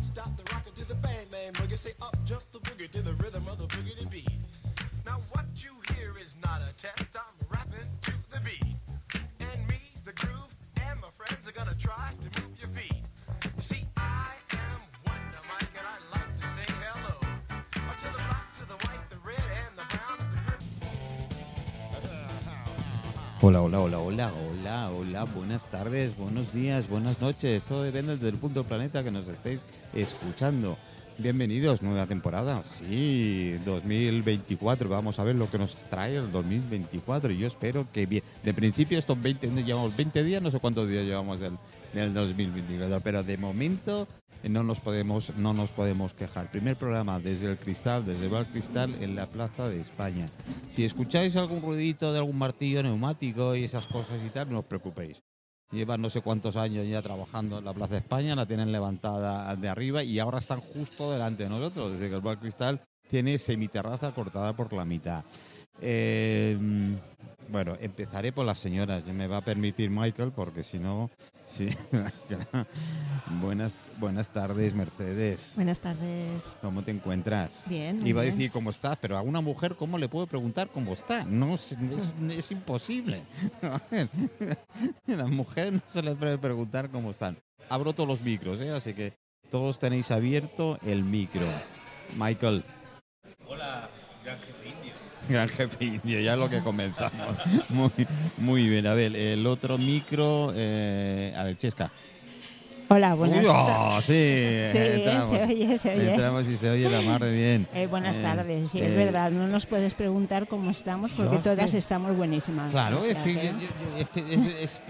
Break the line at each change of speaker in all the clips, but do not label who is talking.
stop the rocket to the bang bang boogie. Say up jump the boogie to the rhythm of the boogie beat. Now what you hear is not a test. I'm rapping to the beat, and me, the groove, and my friends are gonna try to move your feet. You see, I am Wonder Mike, and I like to say hello to the black, to the white, the red, and the brown, and the green.
Hola, hola, hola, hola, hola, hola, buenas tardes, buenos días, buenas noches. Todo depende del punto del planeta que nos estéis escuchando. Bienvenidos, nueva temporada. Sí, 2024. Vamos a ver lo que nos trae el 2024. Y yo espero que bien. De principio, estos 20, llevamos 20 días, no sé cuántos días llevamos del, del 2024, pero de momento Eh, no nos podemos no nos podemos quejar. Primer programa desde el Cristal, desde Val Cristal en la Plaza de España. Si escucháis algún ruidito de algún martillo neumático y esas cosas y tal, no os preocupéis. Llevan no sé cuántos años ya trabajando en la Plaza de España, la tienen levantada de arriba y ahora están justo delante de nosotros, desde que el Val Cristal tiene semiterraza cortada por la mitad. Eh, bueno, empezaré por las señoras. Me va a permitir Michael, porque si no. sí. buenas, buenas tardes, Mercedes.
Buenas tardes.
¿Cómo te encuentras?
Bien, muy
Iba a
bien.
decir cómo estás, pero a una mujer, ¿cómo le puedo preguntar cómo está? No, es, es- es imposible. A las mujeres no se les puede preguntar cómo están. Abro todos los micros, ¿eh? así que todos tenéis abierto el micro. Michael,
Hola, gran jefe indio.
gran jefe indio, ya es lo que comenzamos. Muy, muy bien, a ver, el otro micro, eh, a ver, Chesca.
Hola, buenas
Uy, oh,
tardes.
sí,
Sí,
entramos.
se oye, se oye.
Entramos y se oye la mar de bien.
Eh, buenas
Eh,
tardes, sí,
eh,
es verdad, no nos puedes preguntar cómo estamos porque
yo-
todas estamos buenísimas.
Claro,
o
es
sea
que,
que-
es, es que es- es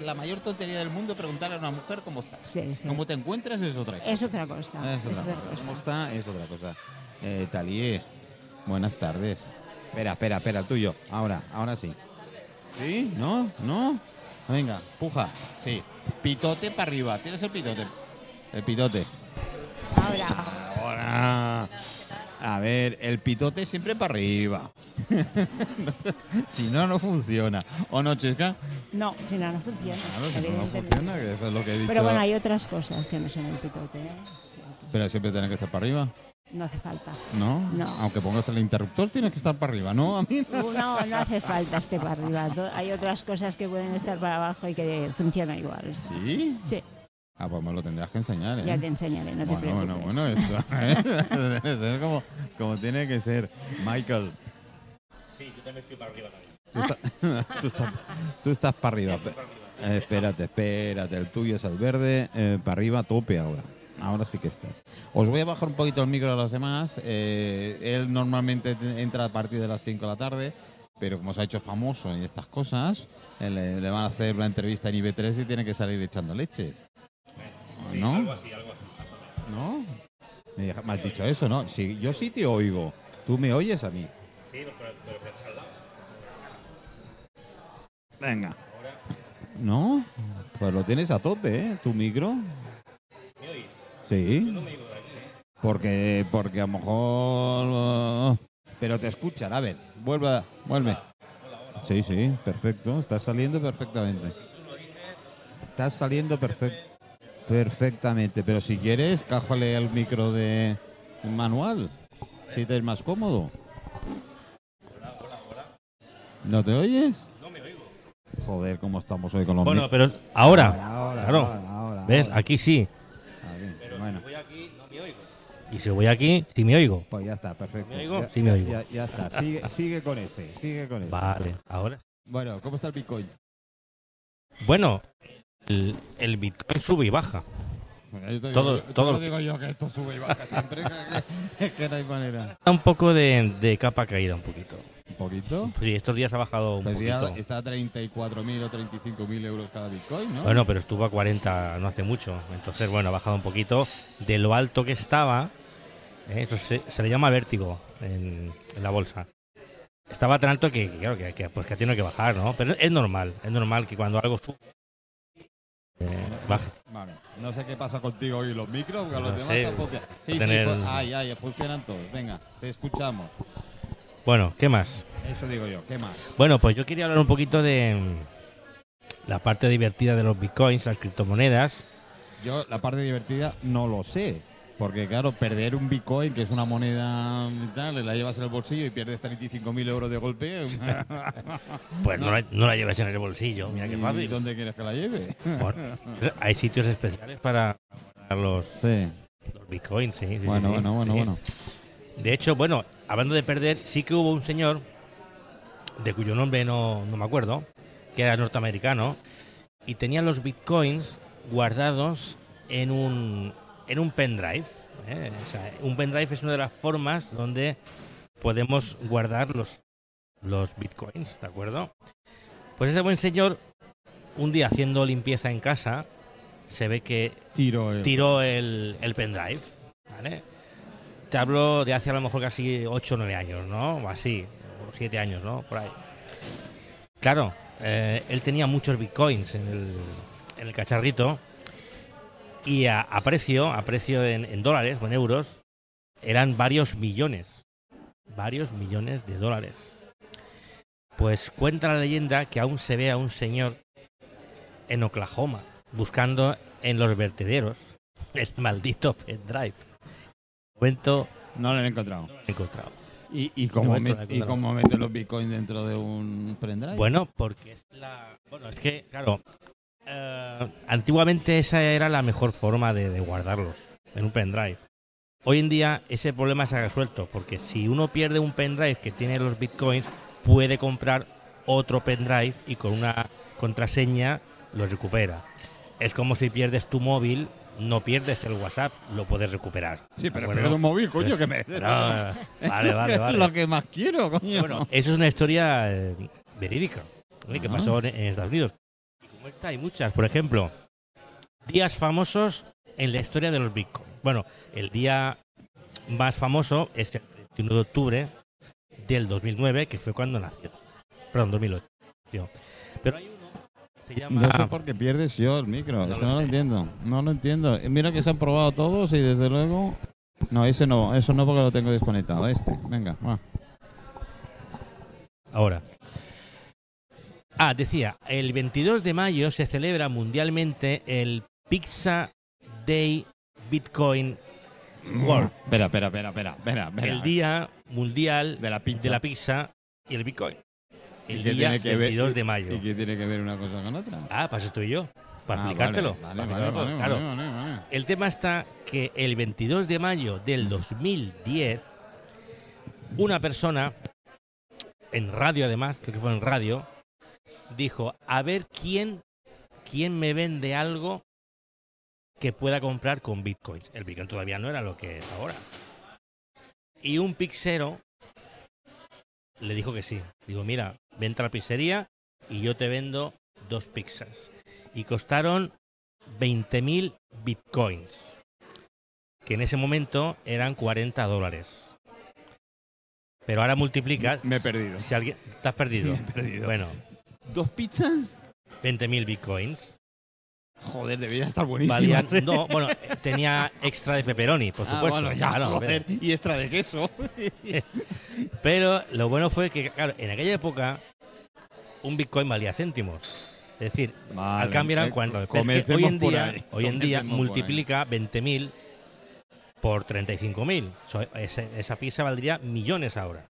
la mayor tontería del mundo preguntarle a una mujer cómo está.
Sí, sí.
Cómo te encuentras es otra cosa.
Es otra cosa,
Ah, Es
es
otra
otra
cosa. ¿Cómo
cosa.
está? Es otra cosa. Eh, Talie, buenas tardes. Espera, espera, espera, el tuyo. Ahora, ahora sí. ¿Sí? ¿No? ¿No? Venga, puja. Sí. Pitote para arriba. Tienes el pitote. El pitote.
Ahora,
Ahora. A ver, el pitote siempre para arriba. si no, no funciona. ¿O no, Chesca?
no, si no, no funciona.
Claro, si no, no
evidentemente.
funciona, que eso es lo que he dicho.
Pero bueno, hay otras cosas que no son el picote, ¿eh? O sea,
Pero siempre tiene que estar para arriba,
que no hace falta.
¿no?
No.
Aunque pongas el interruptor, tienes que estar para arriba, ¿no? A mí no.
No, no hace falta este para arriba. To- Hay otras cosas que pueden estar para abajo y que funciona igual.
¿Sí?
Sí,
Ah, pues me lo tendrás que enseñar, ¿eh?
ya te enseñaré, no te
bueno,
preocupes.
bueno, bueno, esto ¿eh? Debe ser como, como tiene que ser. Michael,
Sí, yo también estoy para arriba también.
tú estás, tú estás, tú estás para arriba. Eh, espérate, espérate, el tuyo es el verde, eh, para arriba a tope ahora. Ahora sí que estás. Os voy a bajar un poquito el micro a los demás. eh, él normalmente te- entra a partir de las 5 de la tarde, pero como se ha hecho famoso y estas cosas, eh, le, le van a hacer la entrevista en IB3 y tiene que salir echando leches. ¿No?
Algo así, algo así. más o menos.
¿No? Me deja- me has dicho eso, ¿no? Sí, yo sí te oigo. Tú me oyes a mí.
Sí, no, pero, pero, pero al lado.
Venga. ¿No? Pues lo tienes a tope, ¿eh? Tu micro.
¿Me oís?
Sí.
No me digo de aquí, ¿eh?
Porque, porque a lo mejor... eh, Pero te escuchan, a ver. Vuelve, a- vuelve. Sí, sí, perfecto. Está saliendo perfectamente. Está saliendo perfecto. Perfectamente, pero si quieres, cájale el micro de manual, si te es más cómodo. ¿No te oyes?
No me oigo.
Joder, cómo estamos hoy con los
Bueno,
mic-
pero ahora.
Ahora,
claro.
ahora, ahora,
¿Ves?
ahora.
Aquí sí.
Aquí.
Si
Bueno,
voy aquí, no me oigo. Y si voy aquí, sí me oigo.
pues ya está, perfecto.
¿Me oigo?
Ya,
Sí, me oigo.
ya- ya está, sigue, sigue con ese, sigue con ese.
Vale, ahora.
Bueno, ¿cómo está el Bitcoin?
Bueno, el, el Bitcoin sube y baja. Todo-
todo,
todo-
digo yo que esto sube y baja siempre. que- que- es que no hay manera.
Está un poco de, de capa caída, un poquito.
¿Un poquito?
Pues sí, estos días ha bajado un
Pues ya
poquito.
está a 34.000 o 35.000 euros cada Bitcoin, ¿no?
Bueno, pero estuvo a 40 no hace mucho. Entonces, bueno, ha bajado un poquito de lo alto que estaba. ¿eh? Eso se, se le llama vértigo en, en la bolsa. Estaba tan alto que, que claro, que, que, pues que ha tenido que bajar, ¿no? Pero es normal, es normal que cuando algo sube, eh, baje.
Vale, no sé qué pasa contigo hoy los micros, porque a los
No
demás
sé,
tampoco. Sí, sí,
tener-
fu- ay, ay, funcionan todos. Venga, te escuchamos.
Bueno, ¿qué más?
Eso digo yo, ¿qué más?
Bueno, pues yo quería hablar un poquito de mm, la parte divertida de los bitcoins, las criptomonedas.
Yo la parte divertida no lo sé. Porque claro, perder un Bitcoin, que es una moneda y tal, la llevas en el bolsillo y pierdes 35.000 euros de golpe.
Pues no, la, no la lleves en el bolsillo, mira qué
¿Y
fácil.
¿Dónde quieres que la lleve?
Bueno, hay sitios especiales para para los,
Sí.
los bitcoins, sí, sí, sí,
Bueno,
sí,
bueno, bueno,
sí.
bueno.
De hecho, bueno, hablando de perder, sí que hubo un señor, de cuyo nombre no, no me acuerdo, que era norteamericano, y tenía los bitcoins guardados en un, en un pendrive. ¿eh? O sea, un pendrive es una de las formas donde podemos guardar los, los bitcoins, ¿de acuerdo? Pues ese buen señor, un día haciendo limpieza en casa, se ve que
Tiro eh, el...
tiró el, el pendrive, ¿vale? Te hablo de hace a lo mejor casi 8 o 9 años, ¿no? O así, o 7 años, ¿no? Por ahí. Claro, eh, él tenía muchos bitcoins en el, en el cacharrito y a, a precio, a precio en, en dólares o en euros, eran varios millones, varios millones de dólares. Pues cuenta la leyenda que aún se ve a un señor en Oklahoma, buscando en los vertederos el maldito pendrive. Momento
No lo he encontrado.
no lo he encontrado.
¿Y, y cómo, me-
momento no lo he
¿Y
encontrado.
cómo meter los bitcoins dentro de un pendrive?
Bueno, porque es la. Bueno, es que, claro. eh, antiguamente esa era la mejor forma de, de guardarlos en un pendrive. Hoy en día ese problema se ha resuelto porque si uno pierde un pendrive que tiene los bitcoins, puede comprar otro pendrive y con una contraseña lo recupera. Es como si pierdes tu móvil, no pierdes el WhatsApp, lo puedes recuperar.
sí, pero
Bueno,
pierdo un móvil, coño,
pues,
que me...
no, no, no. Vale, vale, vale.
lo que más quiero, coño.
Bueno, eso es una historia eh, verídica ¿eh? que
Ajá.
pasó en, en Estados Unidos. Y como esta hay muchas. Por ejemplo, días famosos en la historia de los Bitcoin. Bueno, el día más famoso es el 31 de octubre del 2009, que fue cuando nació. Perdón, 2008. nació. Pero hay uno que se llama...
No sé por qué pierdes yo el micro,
No
es que
Ah. lo
no lo
sé.
entiendo, no lo entiendo. Eh, Mira que se han probado todos y desde luego... No, ese no, eso no porque lo tengo desconectado, este. Venga, va.
Ahora. Ah, decía, el 22 de mayo se celebra mundialmente el Pizza Day Bitcoin
Mm,
World,
Espera, espera, espera, espera, espera. espera.
el Día Mundial
eh. de la pizza.
de la Pizza y el Bitcoin.
¿Y
El
qué
día
tiene que ver-
22 de mayo.
¿Y qué tiene que ver una cosa con otra?
Ah, para eso estoy yo, para
Ah, vale,
explicártelo.
vale,
para
vale,
explicártelo,
vale,
claro.
vale, vale, vale.
El tema está que el 22 de mayo del 2010, una persona, en radio además, creo que fue en radio, dijo, a ver quién, quién me vende algo que pueda comprar con bitcoins. El bitcoin todavía no era lo que es ahora. Y un pixero le dijo que sí. Digo, mira, vente a la pizzería y yo te vendo dos pizzas. Y costaron 20.000 bitcoins, que en ese momento eran 40 dólares. Pero ahora multiplicas.
Me he perdido.
Si alguien, te has perdido.
Me he perdido.
Bueno,
¿Dos pizzas?
20.000 bitcoins.
Joder, debería estar buenísima.
Valían, no, bueno, tenía extra de pepperoni, por supuesto. claro,
Ah, joder, y extra de queso.
Pero lo bueno fue que, claro, en aquella época un bitcoin valía céntimos. Es decir,
Vale,
al cambio
eh,
eran 40. Pero es que
comencemos
hoy en
por
día,
ahí,
hoy en día
comencemos por
multiplica 20.000 por 35.000. So, ese- esa pizza valdría millones ahora.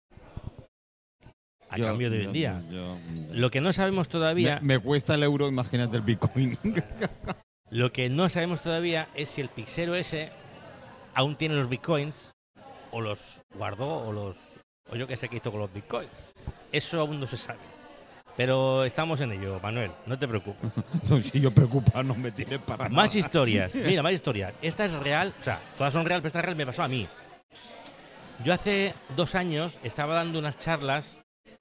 A
Yo-
cambio de hoy en
yo-
día.
yo-
Lo que no sabemos todavía
me, me cuesta el euro, imagínate el Bitcoin.
Lo que no sabemos todavía es si el pixero ese aún tiene los bitcoins o los guardó o los o yo qué sé qué hizo con los bitcoins. Eso aún no se sabe. Pero estamos en ello, Manuel, no te preocupes.
no, si yo preocupado no me tienes para nada.
Más historias. Mira, más historias. Esta es real, o sea, todas son real, pero esta real me pasó a mí. Yo hace dos años estaba dando unas charlas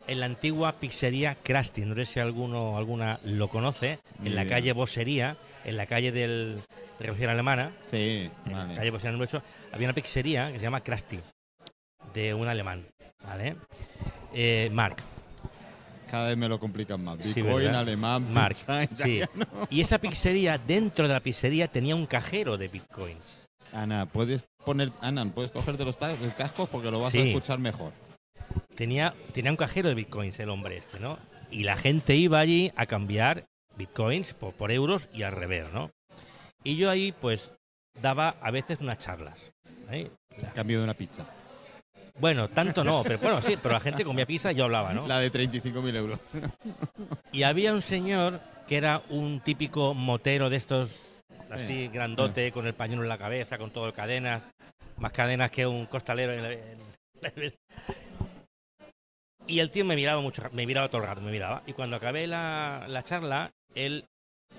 en la antigua pizzería Krusty. No sé si alguno alguna lo conoce.
Ni
En la
idea.
calle Bosería, en la calle del, de Revolución Alemana.
Sí,
en la
vale.
calle Poseidón número 8, había una pizzería que se llama Krusty, de un alemán, ¿vale? Eh, Mark.
Cada vez me lo complican más.
Sí,
Bitcoin,
¿verdad?
alemán,
Mark,
pizza,
sí.
italiano.
Y esa pizzería, dentro de la pizzería, tenía un cajero de bitcoins.
Ana, puedes poner, Ana, puedes cogerte los ta- los cascos porque lo vas a
Sí.
escuchar mejor.
Tenía, tenía un cajero de bitcoins el hombre este, ¿no? Y la gente iba allí a cambiar bitcoins por, por euros y al revés, ¿no? Y yo ahí, pues, daba a veces unas charlas. ¿eh?
A cambio de una pizza.
Bueno, tanto no, pero bueno, sí, pero la gente comía pizza y yo hablaba, ¿no?
La de 35.000 euros.
Y había un señor que era un típico motero de estos así grandote, con el pañuelo en la cabeza, con todo de cadenas, más cadenas que un costalero. en la- en- y el tío me miraba mucho, me miraba todo el rato, me miraba. Y cuando acabé la, la charla, él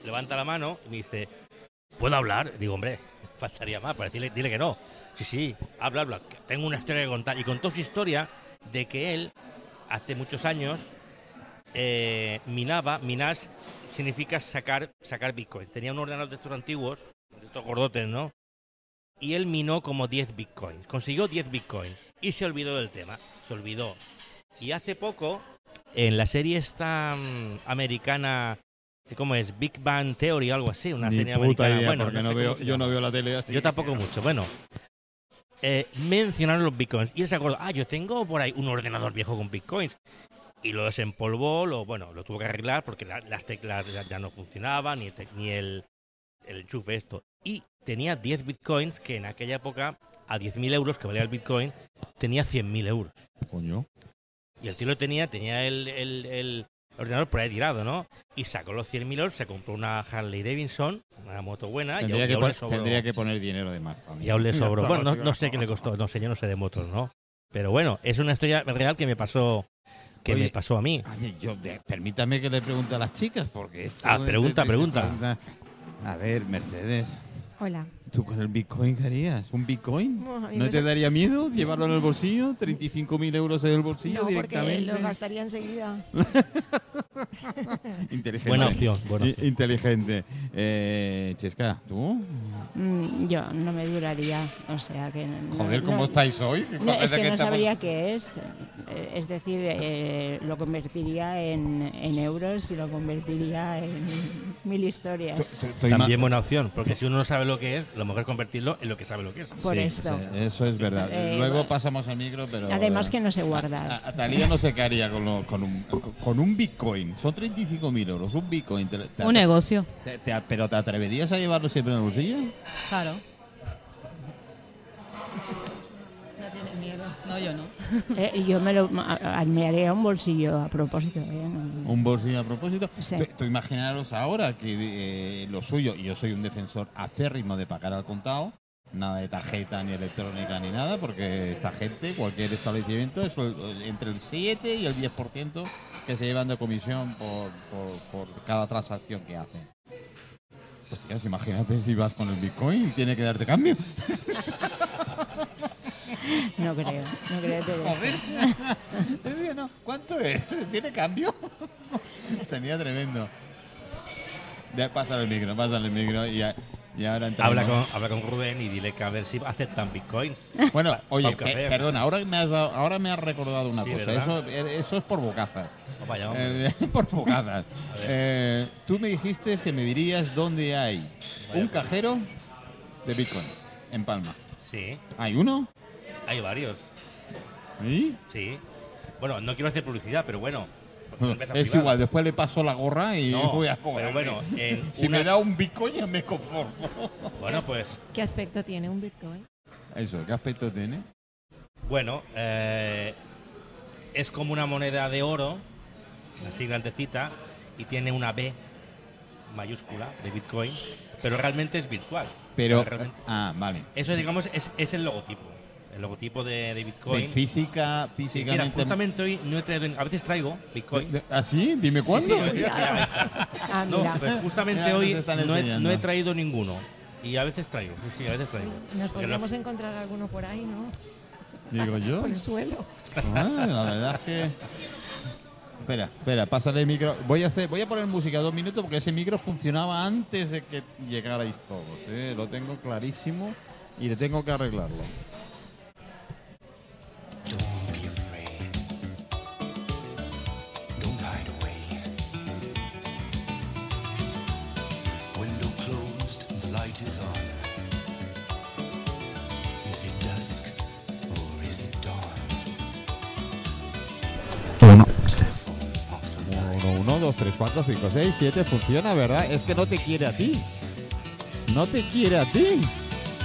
levanta la mano y me dice, ¿puedo hablar? Digo, hombre, faltaría más, para decirle, dile que no. Sí, sí, habla, habla, que tengo una historia que contar. Y contó su historia de que él, hace muchos años, eh, minaba, minas significa sacar, sacar bitcoin. Tenía un ordenador de estos antiguos, de estos gordotes, ¿no? Y él minó como 10 bitcoins. Consiguió 10 bitcoins. Y se olvidó del tema. Se olvidó. Y hace poco, en la serie esta mm, americana, ¿cómo es? Big Bang Theory o algo así. Una serie americana. bueno,
porque
no
no
sé cómo
veo,
se
yo
llama.
no veo la tele así.
Yo tampoco mucho, bueno. Eh, mencionaron los bitcoins y él se acordó, ah, yo tengo por ahí un ordenador viejo con bitcoins. Y lo desempolvó, lo, bueno, lo tuvo que arreglar porque la- las teclas ya, ya no funcionaban, ni, el te- ni el, el enchufe esto. Y tenía 10 bitcoins que en aquella época, a 10.000 euros que valía el bitcoin, tenía 100.000 euros.
Coño.
Y el tío lo tenía, tenía el, el- el ordenador por ahí tirado, ¿no? Y sacó los 100.000 euros, se compró una Harley Davidson, una moto buena. y
Tendría,
aún- y
que
aún le
pon-
sobró-
tendría que poner dinero de más también.
y aún le sobró.
Ya
Bueno, no,
está,
no sé qué le costó, no sé, yo no sé de motos, ¿no? Pero bueno, es una historia real que me pasó que
Oye,
me pasó a mí.
Oye, yo, de- permítame que le pregunte a las chicas, porque esto
Ah,
de-
pregunta,
de- de-
pregunta.
pregunta- A ver, Mercedes,
Hola.
¿tú con el Bitcoin qué harías? ¿Un Bitcoin?
Oh,
No, a mí
¿No
me
te
sa-
daría miedo llevarlo en el bolsillo? ¿35.000 euros en el bolsillo
no, porque
directamente?
lo gastaría enseguida.
Inteligente.
Buena opción, buena
I-
opción.
Inteligente. Eh, Chesca, ¿tú?
Mm, yo no me duraría, o sea que... no-
Joder,
no-
¿cómo
no-
estáis hoy?
No, es
Parece
que no
estamos-
sabría qué es. Eh, Es decir, eh, lo convertiría en, en euros y lo convertiría en mil historias.
Estoy ma-
También buena opción, porque si uno no sabe lo que es, lo mejor es convertirlo en lo que sabe lo que es.
Por
Sí,
esto.
sí, eso es verdad.
Eh,
Luego
bueno.
pasamos al micro, pero. eh,
Además que no sé guardar.
A, a Talía no sé qué haría con, lo- con, un, con un Bitcoin. Son 35.000 euros. Un Bitcoin. Te- te-
Un negocio,
te- te- ¿Pero te atreverías a llevarlo siempre en el bolsillo?
claro.
No tiene miedo.
No, yo no.
ah.
Eh, yo me lo a- a- me haría un bolsillo a propósito. eh, no-
Un bolsillo a propósito.
Sí.
Tú- Tú imaginaros ahora que eh, lo suyo, y yo soy un defensor acérrimo de pagar al contado, nada de tarjeta ni electrónica ni nada, porque esta gente, cualquier establecimiento, es el- entre el 7 y el 10% que se llevan de comisión por, por- por cada transacción que hacen. Hostias, imagínate si vas con el Bitcoin y tiene que darte cambio.
No creo, no creo. te digo.
Joder. Yo digo, no, ¿Cuánto es? ¿Tiene cambio? Sería tremendo. Ya, pásale el micro, pásale el micro y, a- y ahora entramos.
Habla con, habla con Rubén y dile que a ver si aceptan bitcoins.
Bueno, oye, eh,
un café.
pe- perdona, ahora me, has dado- ahora me has recordado una
Sí,
cosa. Eso, er,
¿verdad?
eso es por bocazas.
Oh, vaya, hombre.
Eh, por bocazas. Eh, tú me dijiste que me dirías dónde hay un cajero de bitcoins en Palma.
Sí,
¿Hay uno?
hay varios,
¿Sí?
sí. Bueno, no quiero hacer publicidad, pero bueno. porque son empresas
Es
privadas.
igual, después le paso la gorra y
No,
voy a cobrar.
pero bueno, en
Si
una-
me da un bitcoin ya me conformo.
Bueno, pues
¿Qué aspecto tiene un Bitcoin?
Eso, ¿qué aspecto tiene?
Bueno, eh, es como una moneda de oro, así grandecita, y tiene una B mayúscula de Bitcoin, pero realmente es virtual.
Pero,
Realmente-
ah, vale.
eso, digamos, es, es el logotipo. El logotipo de, de
De
Bitcoin.
física,
Mira,
físicamente.
justamente hoy no he traído. A veces traigo Bitcoin.
De- ¿Ah, sí? Dime cuándo.
Sí, sí, mira, ahí está.
Ah,
No,
mira.
pues justamente
Mira, nos
hoy
están
no he,
enseñando.
no he traído ninguno. Y a veces traigo. Sí, sí, a veces traigo.
Nos
Porque las-
podríamos encontrar alguno por ahí, ¿no?
Digo yo.
Por el suelo.
Ah, la verdad es que. Espera, espera, pásale el micro. Voy a, hacer, voy a poner música dos minutos porque ese micro funcionaba antes de que llegarais todos. ¿eh? Lo tengo clarísimo y le tengo que arreglarlo.
Be afraid. Don't hide away. Window closed, the light is on. Is it dusk or is it dawn? Telephone off the wall.
1, 1, 2, 3, 4, 5, 6, 7, funciona, ¿verdad? Es que no te quiere a ti. No te quiere a ti.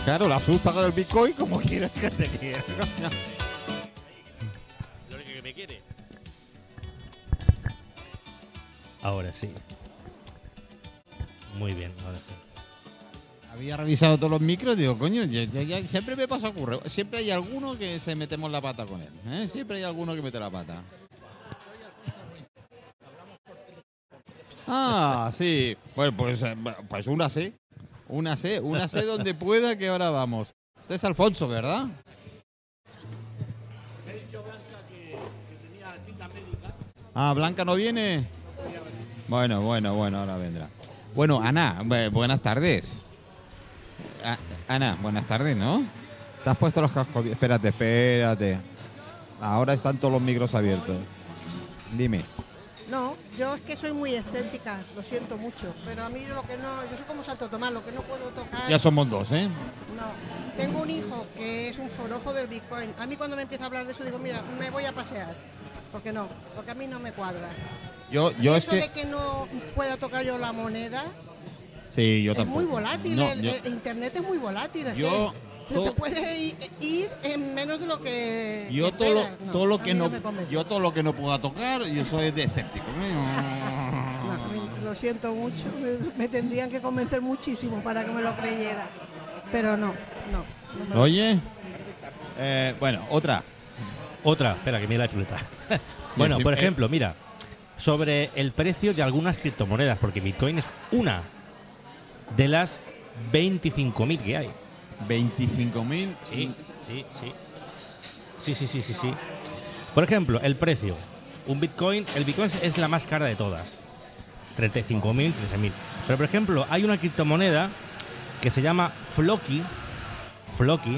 Claro, la asusta con el Bitcoin como quieras que te quiera.
Lo único que me quiere. Ahora sí. Muy bien, ahora sí.
Había revisado todos los micros, digo, coño, ya- ya- ya- siempre me pasa ocurre. Siempre hay alguno que se metemos la pata con él. ¿eh? Siempre hay alguno que mete la pata. Ah, sí. Bueno, pues, eh, pues una C. Una C, una C donde pueda que ahora vamos. Usted es Alfonso, ¿verdad? Ah, Blanca no viene. Bueno, bueno, bueno, ahora vendrá. Bueno, Ana, bu- buenas tardes. A- Ana, buenas tardes, ¿no? ¿Te has puesto los cascos? bien? Espérate, espérate. Ahora están todos los micros abiertos. Dime.
No, yo es que soy muy escéptica, lo siento mucho. Pero a mí lo que no, yo soy como Santo Tomás, lo que no puedo tocar.
Ya somos dos, ¿eh?
No. Tengo un hijo que es un forojo del Bitcoin. A mí cuando me empieza a hablar de eso digo, mira, me voy a pasear. Porque no, porque a mí no me cuadra.
Yo, yo es
eso
que...
de que no pueda tocar yo la moneda
Sí, yo
es
tampoco.
muy volátil.
No,
el,
yo-
el internet es muy volátil. es
Yo
que se
to-
te puede i- ir en menos de lo que.
Yo todo,
esperas.
lo-
No,
todo lo
a
que
mí
no,
me convence.
yo todo lo que no pueda tocar, yo soy de escéptico. ¿eh?
No, a mí lo siento mucho, me, me tendrían que convencer muchísimo para que me lo creyera. Pero no, no. no me lo-
Oye, eh, bueno, otra.
Otra, espera, que mire la chuleta. bueno,
Decir,
por
eh.
ejemplo, mira, sobre el precio de algunas criptomonedas, porque Bitcoin es una de las 25.000 que hay.
25.000.
Sí, sí, sí. Sí, sí, sí, sí, sí. Por ejemplo, el precio. Un Bitcoin, el Bitcoin es la más cara de todas. 35.000, 13.000. Pero por ejemplo, hay una criptomoneda que se llama Floki, Floki,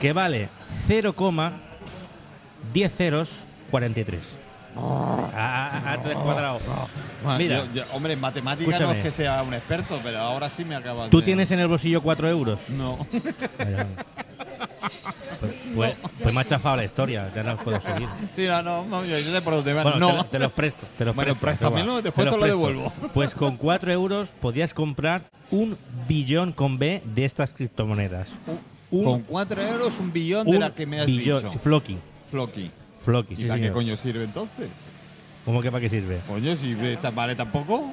que vale 0,10 ceros 43. Ah, ah, ah, te has cuadrado.
Bueno,
Mira.
yo- yo- hombre, en matemáticas no
Escúchame.
es que sea un experto, pero ahora sí me acabas
¿Tú
de-
tienes en el bolsillo 4 euros?
No.
Vaya. Pues, pues- pues me ha chafado la historia, ya no puedo seguir.
sí, no, no, no, yo, yo sé por dónde vas.
Bueno,
no.
te, te los presto. Te los
Bueno,
presto,
préstamelo,
toma,
después
los
te lo
presto.
devuelvo.
Pues con 4 euros podías comprar un billón con B de estas criptomonedas. Un,
Con 4 euros un billón de
un
la que me has
billón,
dicho.
sí, Floki.
Floki.
Floki,
¿Y
sí,
para qué
señor.
coño sirve entonces?
¿Cómo que para qué sirve?
Coño, si ve- tan- vale tampoco.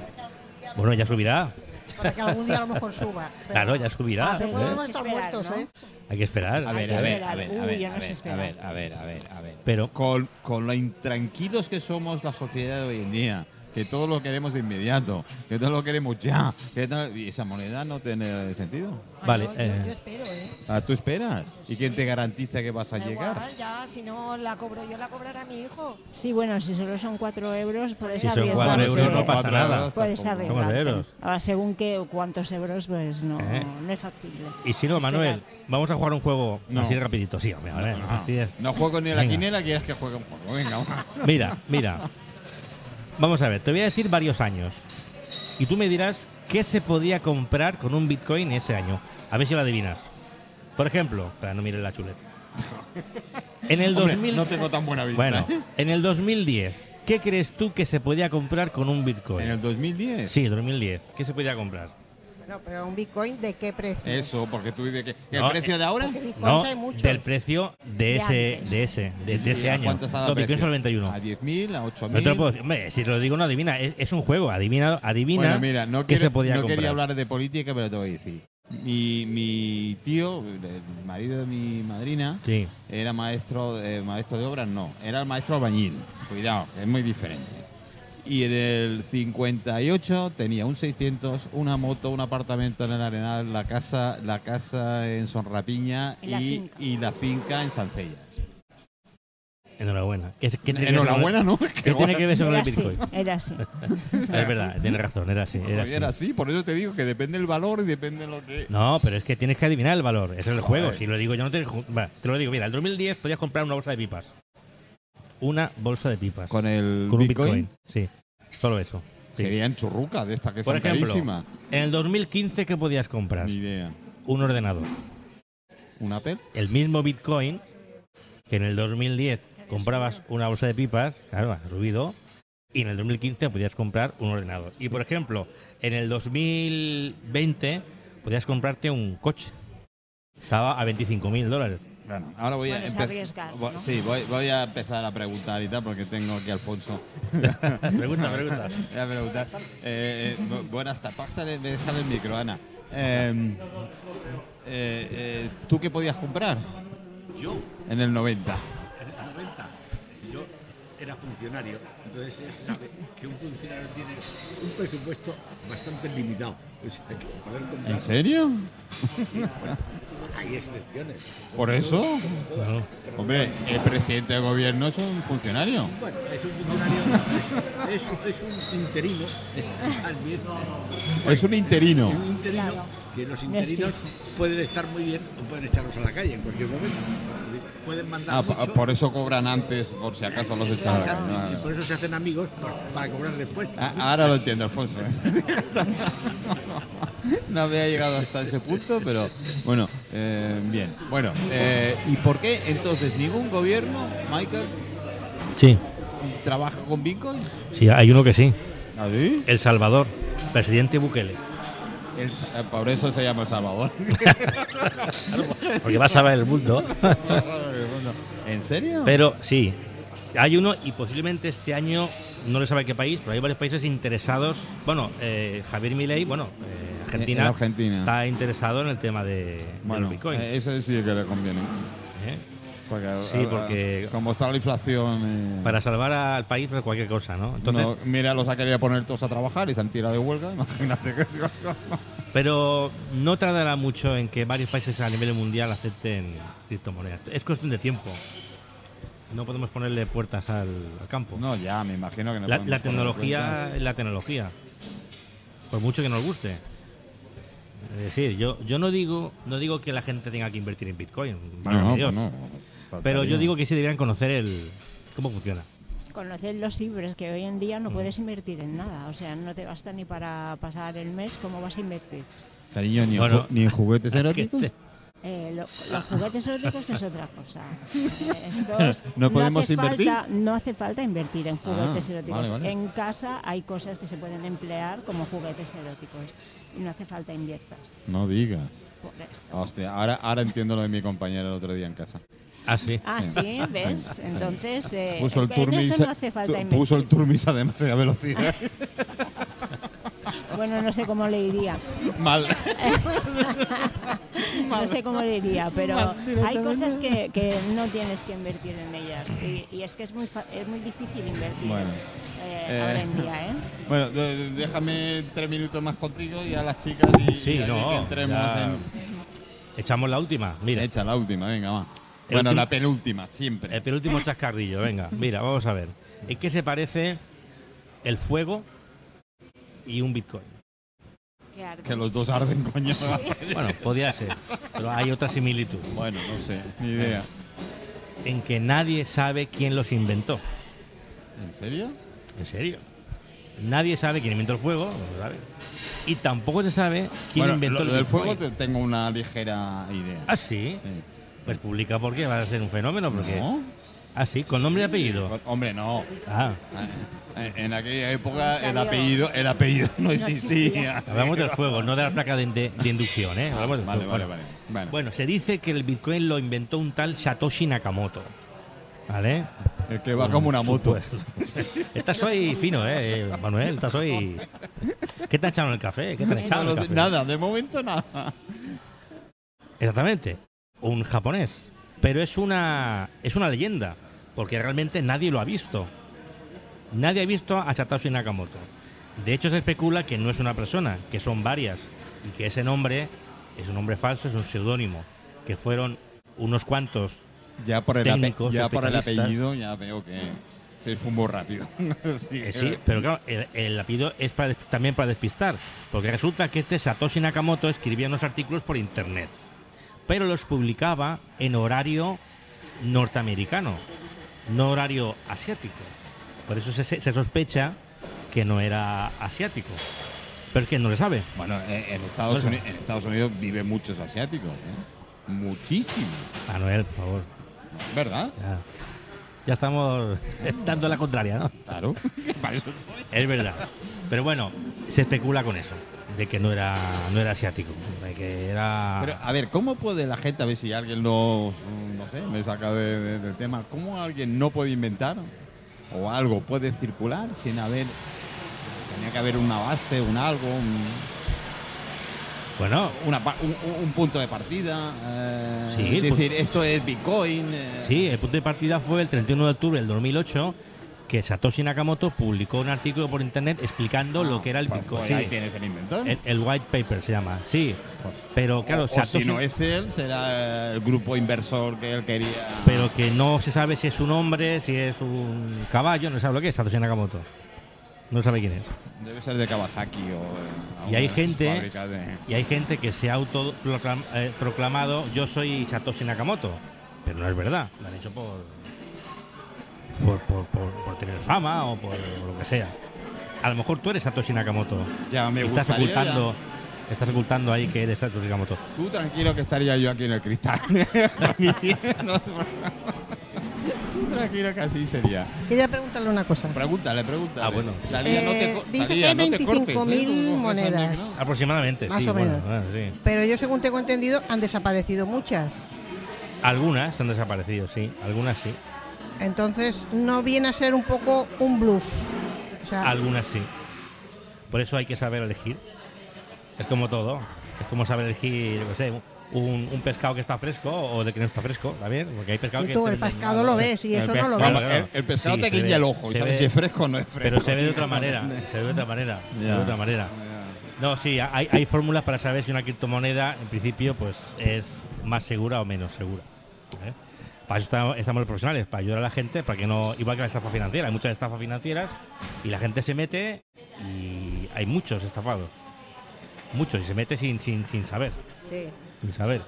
Bueno, ya subirá.
Para que algún día a lo mejor suba. pero- Ah,
Claro, ya subirá.
Pero
¿eh?
podemos estar
Esperar,
muertos,
¿no?
¿eh?
Hay que esperar.
Hay que esperar. Uy, yo no sé esperar.
a ver, a ver, a ver.
Pero
Con, con lo intranquilos que somos la sociedad de hoy en día, que todo lo queremos de inmediato, que todo lo queremos ya, que tal- y esa moneda no tiene sentido.
Ay,
Vale,
no,
eh.
yo, yo espero, ¿eh?
Ah, tú esperas. ¿Y quién te garantiza que vas a
Da
llegar?
igual, ya, si no la cobro yo, la cobrará mi hijo.
Sí, bueno, si solo son 4 euros, pues
Si son
arriesgarte.
cuatro
Bueno,
euros
sí,
no pasa
cuatro
nada.
euros
Puedes
tampoco.
Son cuatro
arriesgarte.
euros.
Ahora, según qué, cuántos euros, pues no,
Eh.
no es factible.
Y si no,
Esperar.
Manuel, vamos a jugar un juego
No.
así rapidito. Sí, hombre, a ver, no fastidies.
No juego ni a la
Venga.
quinela, quieres que juegue un juego. Venga, va.
Mira, mira. Vamos a ver, te voy a decir varios años. Y tú me dirás qué se podía comprar con un Bitcoin ese año. A ver si lo adivinas. Por ejemplo, para no mirar la chuleta. En el
Hombre,
2000,
no tengo tan buena vista.
bueno,
¿eh?
en el 2010, ¿qué crees tú que se podía comprar con un Bitcoin?
En el 2010.
Sí, 2010. ¿Qué se podía comprar?
Bueno, pero un Bitcoin, ¿de qué precio?
Eso, porque tú dices que. que
No,
¿El precio
eh,
de ahora?
Porque Bitcoins
No,
hay muchos.
del precio de
De
ese,
antes.
de ese, de, de ese
¿A
año.
¿Cuánto está
Los
el precio?
Bitcoins al 91.
¿A 10.000? ¿A
No te lo
8.000?
puedo decir. Hombre, si te lo digo no adivina, es, es un juego, adivina, adivina
Bueno, mira, no,
qué
quiero-
se podía
no
comprar.
quería hablar de política, pero te voy a decir. Mi, mi tío, el marido de mi madrina,
Sí.
era maestro de, maestro de obras, no, era el maestro albañil. Cuidado, que es muy diferente. Y en el 58 tenía un 600, una moto, un apartamento en el Arenal, la casa, la casa en Sonrapiña
Y la
y,
finca.
y la finca en Sancellas.
Enhorabuena. ¿Qué, qué tiene que ver sobre-
Enhorabuena, ¿no?
¿Qué tiene que ver sobre
Era
el
así,
Bitcoin?
era así.
es verdad, tienes razón, era así. Era
Joder, Era
así.
así, por eso te digo que depende el valor y depende lo que...
No, pero es que tienes que adivinar el valor. Ese es el
Joder.
juego. Si lo digo yo no te... ju- Va, te lo digo. Mira, el 2010 podías comprar una bolsa de pipas. Una bolsa de pipas.
Con el
Con un
Bitcoin,
Bitcoin. Sí. Solo eso. Sí.
sería en churruca de esta que
Por
son
ejemplo,
carísimas.
En el 2015, ¿qué podías comprar?
Ni idea.
Un ordenador.
¿Un Apple?
El mismo Bitcoin que en el 2010 comprabas una bolsa de pipas, claro, ha subido, y en el 2015 podías comprar un ordenador. Y por ejemplo, en el 2020 podías podías comprarte un coche. Estaba a 25.000 dólares.
Bueno, ahora voy
Bueno,
a
es
empe-
arriesgar,
vo-
¿no?
Sí, voy, voy a empezar a preguntar y tal, porque tengo aquí a Alfonso.
pregunta, pregunta.
Voy a preguntar. Eh, eh, bu- buenas tardes. Pásale, déjame el micro, Ana. Eh, eh, eh, ¿Tú qué podías comprar?
Yo,
En el 90.
en la renta, yo era funcionario, entonces se sabe que un funcionario tiene un presupuesto bastante limitado. O sea, que poder comprar,
¿En serio?
hay excepciones.
¿Por eso?
Claro.
Hombre, el presidente de gobierno es un funcionario.
Bueno, es un funcionario, es, es un interino, al mismo-
Es un interino.
es un interino que los
No es
interinos
fijo.
pueden estar muy bien o pueden echarlos a la calle en cualquier momento. Es decir, Pueden mandar
Ah,
mucho,
po- por eso cobran antes, por si acaso los echan.
y por eso se hacen amigos para, para cobrar después.
Ah, Ahora lo entiendo, Alfonso. ¿eh? No había llegado hasta ese punto, pero bueno, eh, bien. Bueno, eh, ¿y por qué entonces ningún gobierno, Michael,
Sí,
trabaja con bitcoins?
sí, hay uno que sí.
¿Así?
El Salvador, presidente Bukele.
eh, por eso se llama El Salvador.
Porque va a salvar el mundo.
¿En serio?
Pero sí, hay uno y posiblemente este año, no le sabe qué país, pero hay varios países interesados. Bueno, eh, Javier Milei, bueno, eh, Argentina,
En Argentina.
está interesado en el tema de,
Bueno,
del Bitcoin.
eh, eso sí que le conviene.
¿eh?
Porque,
Sí,
ah, ah,
porque-
Como está la inflación. eh,
Para salvar al país por cualquier cosa, ¿no? Entonces,
no, mira, los ha querido poner todos a trabajar y se han tirado de huelga. Imagínate que.
Pero no tardará mucho en que varios países a nivel mundial acepten criptomonedas. Es cuestión de tiempo. No podemos ponerle puertas al, al campo.
No, ya, me imagino que no
la,
podemos
la
poner cuenta.
tecnología es la tecnología. Por mucho que nos guste. Es decir, yo, yo no digo no digo que la gente tenga que invertir en Bitcoin. válgame
No, no,
Dios.
no,
Pero
faltaría.
yo digo que sí deberían conocer el cómo funciona.
Conocer los IBRES, que hoy en
Mm.
día no puedes invertir en nada. O sea, no te basta ni para pasar el mes, ¿cómo vas a invertir?
Cariño, ni, en
Bueno, este
ju- ni en juguetes
Ah,
eróticos.
Gente,
Eh, lo- los juguetes eróticos es otra cosa. Eh, estos-
¿No podemos
hace
invertir?
falta- no hace falta invertir en juguetes
Ah,
eróticos.
vale, vale.
En casa hay cosas que se pueden emplear como juguetes eróticos. Y no hace falta inviertas.
No digas.
Por esto.
Hostia, ahora, ahora entiendo lo de mi compañero el otro día en casa.
Ah, sí.
Ah, sí,
Sí,
¿ves?
sí.
Entonces, eh,
Puso el
en
turmis,
esto no hace falta
tu-
invertir.
puso el turmis a demasiada velocidad.
Bueno, no sé cómo le iría.
Mal.
No sé cómo le iría, pero hay cosas que, que no tienes que invertir en ellas. Y, y es que es muy, fa- es muy difícil invertir
Bueno.
eh,
Eh,
ahora en día, ¿eh?
Bueno, de- de- déjame tres minutos más contigo y a las chicas y,
Sí,
y ahí
no,
que entremos
ya.
en.
Echamos la última. Mira.
Echa la última, venga, va.
El
Bueno,
último- Eh,
la penúltima, siempre.
El penúltimo chascarrillo, venga. Mira, vamos a ver. ¿En qué se parece el fuego y un Bitcoin?
Qué arte.
que los dos arden, coño.
Bueno, podría ser, pero hay otra similitud.
Bueno, no sé, ni idea.
En que nadie sabe quién los inventó.
¿En serio?
¿En serio? Nadie sabe quién inventó el fuego, no lo sabe. Y tampoco se sabe quién
Bueno,
inventó
lo-
el
lo del fuego
Bitcoin.
te- tengo una ligera idea.
Ah, sí.
Sí.
Pues publica porque va a ser un fenómeno, porque.
¿No?
Ah, sí, con nombre y apellido.
Hombre, no.
Ah,
En en aquella época el
salió.
apellido, el apellido no existía.
hablamos del fuego, no de la placa de, de- de inducción, ¿eh? Hablamos del
Vale,
fuego.
vale,
Bueno,
vale. Bueno,
Bueno, se dice que el Bitcoin lo inventó un tal Satoshi Nakamoto. ¿Vale?
el que va como una moto.
Supuesto. estás hoy fino, ¿eh, Manuel? Estás hoy. ¿Qué te han echado en el café? ¿Qué te han echado en
No
el
sé,
café?
Nada, de momento nada.
Exactamente. Un japonés. Pero es una, es una leyenda. Porque realmente nadie lo ha visto. Nadie ha visto a Satoshi Nakamoto. De hecho, se especula que no es una persona, que son varias. Y que ese nombre es un nombre falso, es un seudónimo. Que fueron unos cuantos
Ya por el, ape-
Técnicos,
ya por el
especialistas.
apellido ya veo que se fue muy rápido. sí,
Eh, sí, pero claro, el, el apellido es para des- también para despistar, porque resulta que este Satoshi Nakamoto escribía unos artículos por internet, pero los publicaba en horario norteamericano, no horario asiático. Por eso se, se- se sospecha que no era asiático, pero es que no le sabe.
Bueno, eh, en Estados,
No sé.
Unidos, en Estados Unidos viven muchos asiáticos. ¿eh? Muchísimos.
Manuel, por favor,
¿Verdad?
ya, ya estamos dando la contraria, ¿no?
Claro. Para eso estoy.
Es verdad. Pero bueno, se especula con eso. de que no era, no era asiático, de que era...
Pero, a ver, ¿cómo puede la gente, a ver si alguien no, no sé, me saca de- de- del tema, ¿cómo alguien no puede inventar o algo puede circular sin haber, tenía que haber una base, un algo, un,
bueno,
una pa- un- un punto de partida? eh,
Sí,
es
pues-
decir, esto es Bitcoin. eh,
Sí, el punto de partida fue el 31 de octubre del 2008 que Satoshi Nakamoto publicó un artículo por internet explicando lo que era el
pues,
Bitcoin.
pues
Sí, Eh,
ahí tienes el inventor.
el, el white paper se llama, sí. Pero
o,
claro,
o si no es él, será el grupo inversor que él quería.
pero que no se sabe si es un hombre, si es un caballo, no se sabe lo que es Satoshi Nakamoto. No sabe quién es.
Debe ser de Kawasaki o. eh,
Y hay
alguna de las
gente,
fábricas de-
y hay gente que se ha autoproclamado yo soy Satoshi Nakamoto, pero no es verdad, lo han hecho por por, por- por- por tener fama o por lo que sea. A lo mejor tú eres Satoshi Nakamoto.
Ya me
Y estás
gustaría,
ocultando estás ocultando ahí que eres Satoshi Nakamoto.
Tú tranquilo que estaría yo aquí en el cristal. Tú tranquilo que así sería.
Quería preguntarle una cosa.
Pregúntale, pregúntale.
Ah, bueno.
Talía, no te
Eh,
co-
dice
Talía,
que hay
no te cortes, ¿eh?
25.000
Como eso es
monedas.
negro.
Aproximadamente,
Más
sí,
o
bueno,
menos.
bueno, sí.
Pero yo, según tengo entendido, han desaparecido muchas.
Algunas han desaparecido, sí, algunas sí,
Entonces, no viene a ser un poco un bluff. O sea,
algunas sí. Por eso hay que saber elegir. Es como todo. Es como saber elegir, yo qué sé, un, un pescado que está fresco o de que no está fresco, ¿también? Porque hay pescado
Sí,
que.
tú, el pescado lo ves y eso
pe-
no lo
vamos,
ves.
El, el pescado
Sí,
te
se
guiña
ve,
el ojo y
se
sabes
ve.
si es fresco o no es fresco.
Pero se ve de otra manera. Se ve de otra manera. se ve
Ya.
de otra manera. No, sí, hay, hay fórmulas para saber si una criptomoneda, en principio, pues es más segura o menos segura. ¿eh? Para eso estamos, estamos los profesionales, para ayudar a la gente, para que no. Igual que la estafa financiera, hay muchas estafas financieras y la gente se mete y hay muchos estafados. Muchos, y se mete sin, sin, sin saber.
Sí.
Sin saber.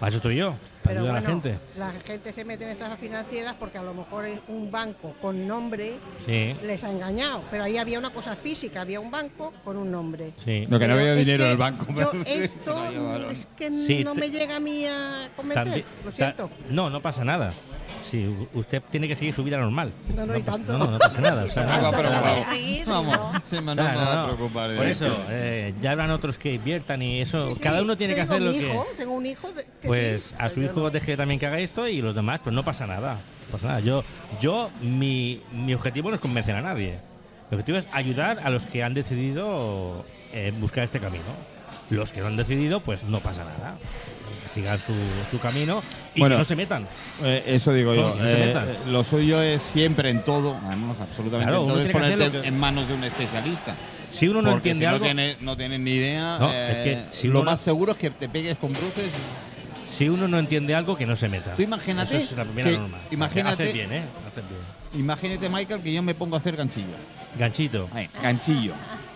Para eso estoy yo, para
Pero
ayudar
bueno,
a la gente.
gente se mete en estas financieras porque a lo mejor es un banco con nombre
Sí,
les ha engañado. Pero ahí había una cosa física, había un banco con un nombre.
sí.
No, que no
Pero
había
es
dinero
que
en el banco.
yo
pero sí, se lo
esto
llevaron.
es que
Sí,
no
te-
me llega a mí a convencer,
También-
lo
ta-
siento.
no, no pasa nada. Sí, u- usted tiene que seguir su vida normal.
No, no hay
pasa-
tanto.
No, no, no pasa nada. o sea,
Ah, No me va a
o sea,
preocupar.
Ah, Sí, sí,
Vamos, se me
o
no
sea,
me va a
no, no.
preocupar.
Por
eh.
eso, eh, ya habrán otros que inviertan y eso.
Sí, sí,
cada uno tiene
yo
que
digo,
hacer lo
mi hijo,
que.
Tengo un hijo de- que
Pues
sí,
a su
pero yo
hijo
no.
deje también que haga esto y los demás, pues no pasa nada. no pasa nada. Yo, yo mi, mi objetivo no es convencer a nadie. Mi objetivo es ayudar a los que han decidido eh, buscar este camino. Los que no han decidido, pues no pasa nada. Que sigan su, su camino y
Bueno.
que no se metan.
Eh, eso digo yo.
Coño, no se
Eh,
metan.
eh, lo suyo es siempre en todo, además, absolutamente
Claro,
en
uno
todo, es
tiene que hacer lo
ponerte
que-
en manos de un especialista.
Si uno no
Porque
entiende
si
algo,
No tienes no tienes ni idea.
No,
eh,
es que si
lo
uno-
más seguro es que te pegues con bruces.
si uno no entiende algo, que no se meta.
Tú imagínate
Eso es la primera
que-
norma.
imagínate-
Hacer bien, ¿eh? Hacer bien.
Imagínate, Michael, que yo me pongo a hacer ganchillo.
Ganchito.
Ay, ganchillo.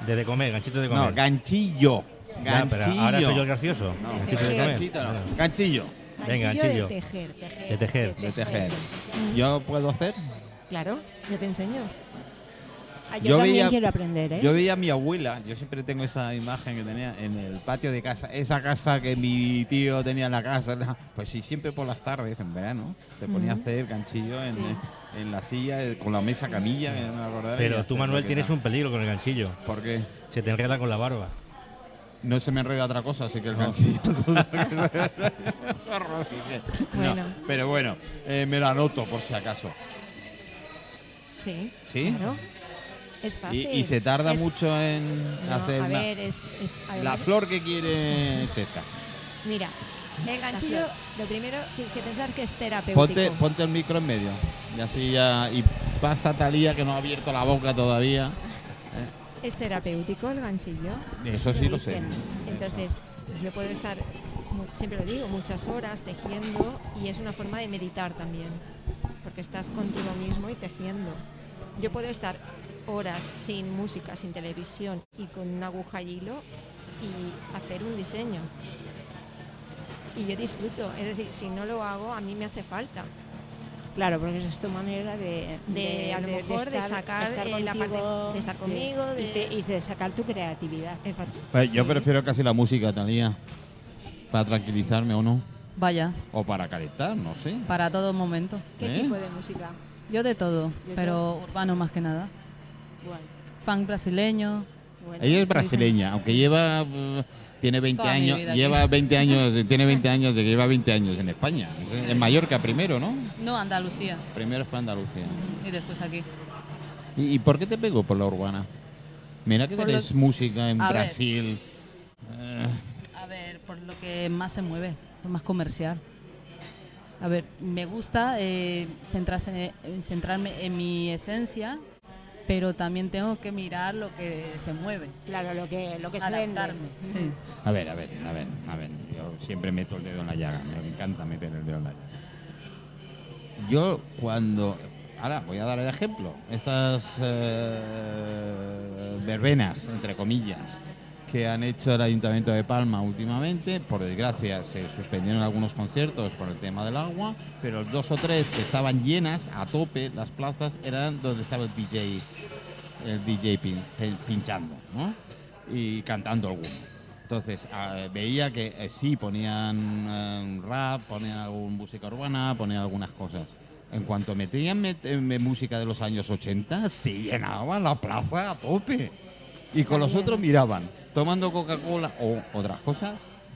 De, de comer, ganchito de comer.
No, ganchillo.
Ya,
Ganchillo.
pero ahora soy yo el gracioso.
No,
Ganchito de comer.
ganchito no. Ganchillo.
Venga,
Ganchillo
ganchillo.
de tejer, tejer.
De tejer.
De tejer.
sí.
¿Yo puedo hacer?
Claro, yo te enseño.
Ah,
Yo
Yo, también
veía-
quiero aprender, ¿eh?
Yo veía a mi abuela, yo siempre tengo esa imagen que tenía en el patio de casa, esa casa que mi tío tenía en la casa. la- Pues sí, siempre por las tardes, en verano, se ponía a hacer ganchillo en,
Sí.
eh, en la silla, eh, con la mesa camilla, que no me acordaba, y
Pero
hacer
tú,
lo
Manuel,
que
tienes
tal.
un peligro con el ganchillo.
¿Por qué?
Se te enreda con la barba.
No se me enreda otra cosa, así que el
No.
ganchillo. Así que, no,
Bueno.
Pero bueno, eh, me lo anoto por si acaso.
Sí.
¿Sí?
Claro. Es
Y,
fácil.
y se tarda
Es-
mucho en
No,
hacer
a
la-
ver, es, es-
la,
además-
flor que quiere Chesca.
Mira, el ganchillo, lo primero tienes que pensar que es terapéutico.
Ponte, ponte el micro en medio. Y así ya. Y pasa Talía que no ha abierto la boca todavía.
Es terapéutico el ganchillo.
Eso sí lo sé.
dicen. Entonces, yo puedo estar, mu- siempre lo digo, muchas horas tejiendo y es una forma de meditar también, porque estás contigo mismo y tejiendo. Yo puedo estar horas sin música, sin televisión y con una aguja y hilo y hacer un diseño. Y yo disfruto, es decir, si no lo hago, a mí me hace falta.
Claro, porque es tu manera de,
De, a lo mejor, de sacar, eh, la parte- de estar conmigo,
sí,
de-
este, y, te- y de sacar tu creatividad.
Efa-
Eh, Yo
sí.
prefiero casi la música, Talía. Para tranquilizarme o no.
Vaya,
O para calentar, no sé.
para todo momento.
¿Qué
¿Eh?
tipo de música?
Yo de todo, pero urbano más que nada.
Guay.
Funk brasileño,
Bueno,
Ella es
estoy-
brasileña, aunque lleva eh, tiene 20
Toda mi
años,
vida aquí.
lleva 20 años, eh, tiene 20 años de que lleva 20 años en España, en Mallorca primero, ¿no?
No, Andalucía.
Primero fue Andalucía.
Y después aquí.
¿Y, y por qué te pegó por la urbana? Mira que
Por
tenés música en
A ver.
Brasil.
A ver, por lo que más se mueve, lo más comercial. A ver, me gusta eh, centrarse, en- centrarme en mi esencia, pero también tengo que mirar lo que se mueve.
Claro, lo que, lo que se vende.
Adaptarme, sí.
A ver, a ver, a ver, a ver. Yo siempre meto el dedo en la llaga. Me encanta meter el dedo en la llaga. Yo cuando... Ahora voy a dar el ejemplo. Estas eh, verbenas, entre comillas, que han hecho el Ayuntamiento de Palma últimamente, por desgracia se suspendieron algunos conciertos por el tema del agua, pero dos o tres que estaban llenas, a tope, las plazas, eran donde estaba el DJ, el DJ pin- pin- pinchando, ¿no? Y cantando alguno. Entonces ah, veía que eh, sí ponían eh, un rap, ponían alguna música urbana, ponían algunas cosas. En cuanto metían met- eh, música de los años 80, se llenaba la plaza a tope. Y con los otros miraban, tomando Coca-Cola o otras cosas,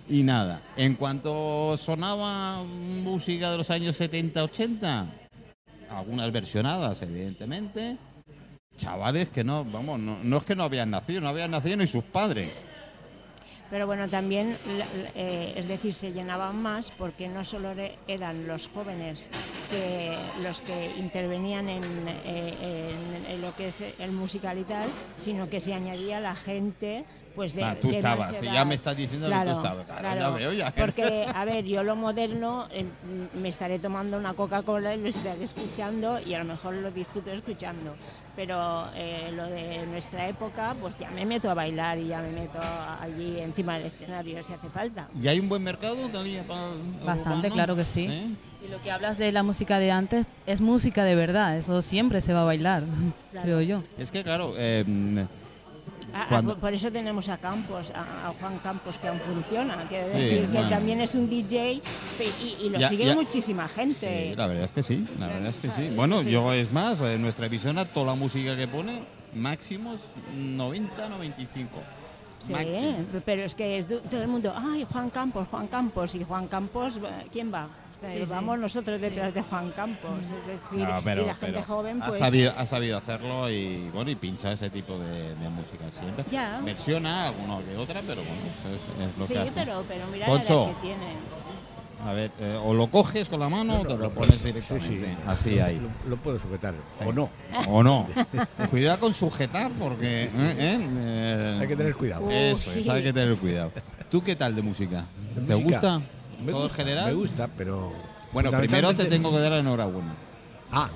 y nada. En cuanto sonaba música de los años 70-80, algunas versionadas, evidentemente, chavales que no, vamos, no, no es que no habían nacido, no habían nacido ni sus padres.
Pero bueno, también, la- la- eh, es decir, se llenaban más porque no solo re- eran los jóvenes que, los que intervenían en, eh, en- en lo que es el musical y tal, sino que se añadía la gente. Pues de,
Ah, tú
de más
estabas,
edad.
ya me estás diciendo que tú estabas. Claro, ya veo, ya que-
Porque, a ver, yo lo moderno, eh, me estaré tomando una Coca-Cola y lo estaré escuchando y a lo mejor lo disfruto escuchando. Pero eh, lo de nuestra época, pues ya me meto a bailar y ya me meto allí encima del escenario si hace falta.
¿Y hay un buen mercado, Talía?
Bastante, claro que sí.
¿eh?
Y lo que hablas de la música de antes es música de verdad, eso siempre se va a bailar, creo yo.
Es que, claro, eh, mm,
Ah, ah,
Cuando-
por- por eso tenemos a Campos, a, a Juan Campos, que aún funciona. Quiero
Sí,
decir que
bueno.
también es un DJ pe- y, y lo
Ya-
sigue
ya-
muchísima gente.
sí, la verdad es que sí, la verdad es que sí.
¿sabes?
Bueno,
Sí.
yo es más, en nuestra emisora toda la música que pone, máximos 90, 95.
Sí,
Máximo.
pero es que es du- todo el mundo, ay, Juan Campos, Juan Campos, y Juan Campos, eh, ¿quién va? Eh,
sí.
Vamos nosotros detrás de Juan Campos, es decir,
No, Ah, pero-
y la gente
pero
joven,
ha,
pues...
sabido, ha sabido hacerlo y bueno y pincha ese tipo de, de música siempre.
Ya.
Menciona alguna que otra, pero bueno, es, es lo
Sí,
que hace.
pero, pero mira
Pocho.
la edad que tiene.
A ver, eh, o lo coges con la mano o te lo pones directamente. Así ahí.
Lo, lo puedo sujetar, o no.
O no. Cuidado con sujetar porque... ¿eh? ¿eh? Eh,
Hay que tener cuidado.
Eso,
Uy.
es, hay que tener cuidado. ¿Tú qué tal de música?
De
¿Te
música,
gusta?
me
¿Todo en
gusta,
general?
Me gusta, pero.
Bueno, primero te
fundamentalmente-
tengo que dar la enhorabuena
Ah,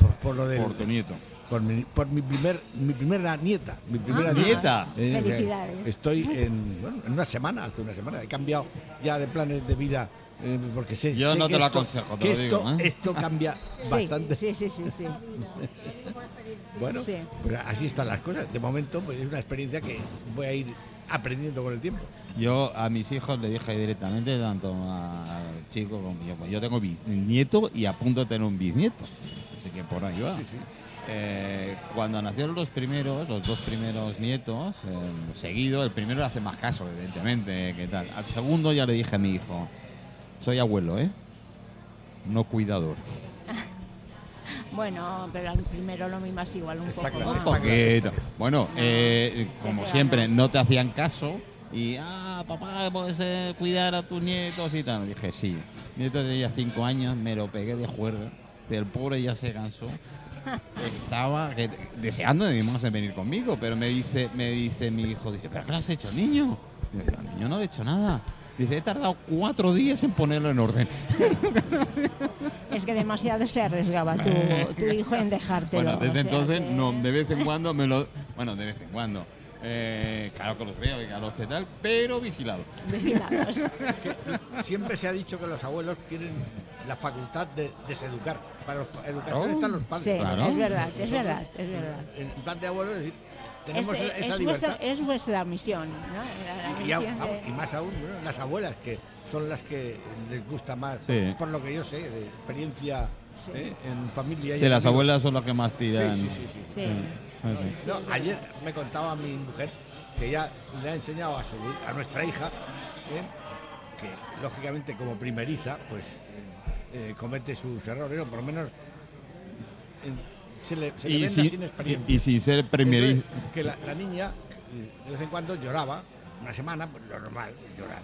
por, por lo del.
por tu nieto.
Por mi, por mi primer mi primera nieta. Mi primera
Ah. Nieta.
Eh,
Felicidades.
Estoy en, bueno, en una semana, hace una semana. He cambiado ya de planes de vida eh, porque sé.
Yo
sé
no
que
te lo
esto-
aconsejo, te
que
lo digo,
Esto,
¿eh?
esto cambia
Sí,
bastante.
sí, sí, sí, sí.
Bueno,
Sí.
pues así están las cosas. De momento, pues es una experiencia que voy a ir aprendiendo con el tiempo.
Yo a mis hijos le dije directamente, tanto a al chico como yo, pues yo tengo mi nieto y a punto de tener un bisnieto. Así que por ahí va. Eh, cuando nacieron los primeros, los dos primeros nietos, eh, seguido, el primero le hace más caso, evidentemente, que tal. Al segundo ya le dije a mi hijo, soy abuelo, ¿eh? No cuidador.
Bueno, pero al primero lo mimas igual un
Está
poco
claro,
más.
está claro.
Poquito. Bueno, eh, como
te
siempre,
ganas.
no te hacían caso y, ah, papá, puedes eh, cuidar a tus nietos y tal. Dije, sí. Mi nieto tenía cinco años, me lo pegué de juerga. El pobre ya se cansó. Estaba que- deseando de mi mamá de venir conmigo, pero me dice, me dice mi hijo, dice, ¿pero qué le has hecho, al niño? Digo, yo al niño no le he hecho nada. Dice, he tardado cuatro días en ponerlo en orden.
Es que demasiado se arriesgaba tu, tu hijo en dejártelo.
Bueno, desde
o sea
entonces,
que-
no, de vez en cuando me lo. Bueno, de vez en cuando. Eh, claro que los veo y claro que tal, pero vigilado.
Vigilados.
Siempre se ha dicho que los abuelos tienen la facultad de deseducar. Para los, pa- educación
Claro.
están los padres.
Sí,
Oh, Claro.
es verdad, es verdad, es verdad.
En plan de abuelo, es decir,
Es,
tenemos esa
es
libertad.
vuestra, es vuestra misión, ¿no? La- la
y, au-
misión de-
au- y más aún, bueno, las abuelas, que son las que les gusta más,
Sí.
por lo que yo sé, de experiencia
Sí.
¿eh? en familia. y
Sí, las
amigos.
abuelas son las que más
Sí,
tiran.
sí, sí, sí.
Sí.
Ah, sí.
No, ayer me contaba mi mujer que ya le ha enseñado a, su, a nuestra hija, ¿eh? que lógicamente como primeriza, pues eh, eh, comete sus errores, o por lo menos en- se le, se le
Y
venda
sin,
sin experiencia.
y- y sin ser primeriz-
Entonces, que la, la niña eh, de vez en cuando lloraba, una semana, pues lo normal, llorar.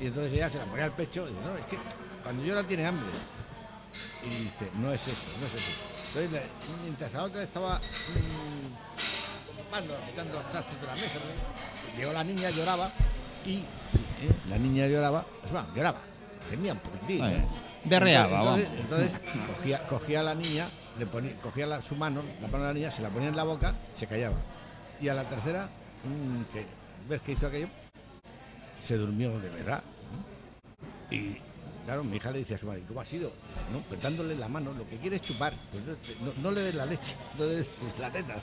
Y entonces ella se la ponía al pecho y dice, no, es que cuando llora tiene hambre. Y dice, no es eso, no es eso. Entonces, la- mientras la otra estaba mm, ocupando, quitando los trastos de la mesa, ¿no? llegó la niña, lloraba y eh, la niña lloraba, pues, va, lloraba, gemía un poquitín.
Ah,
¿eh?
berreaba,
entonces,
vamos.
entonces cogía, cogía a la niña, le ponía, cogía la- su mano, la mano de la niña, se la ponía en la boca, se callaba. Y a la tercera, mm, que, ¿ves que hizo aquello? Se durmió de verdad. Y claro, mi hija le dice a su madre, ¿cómo ha sido? No, pues dándole la mano, lo que quiere es chupar. Pues no, te- no- no le des la leche, no le des pues, la teta,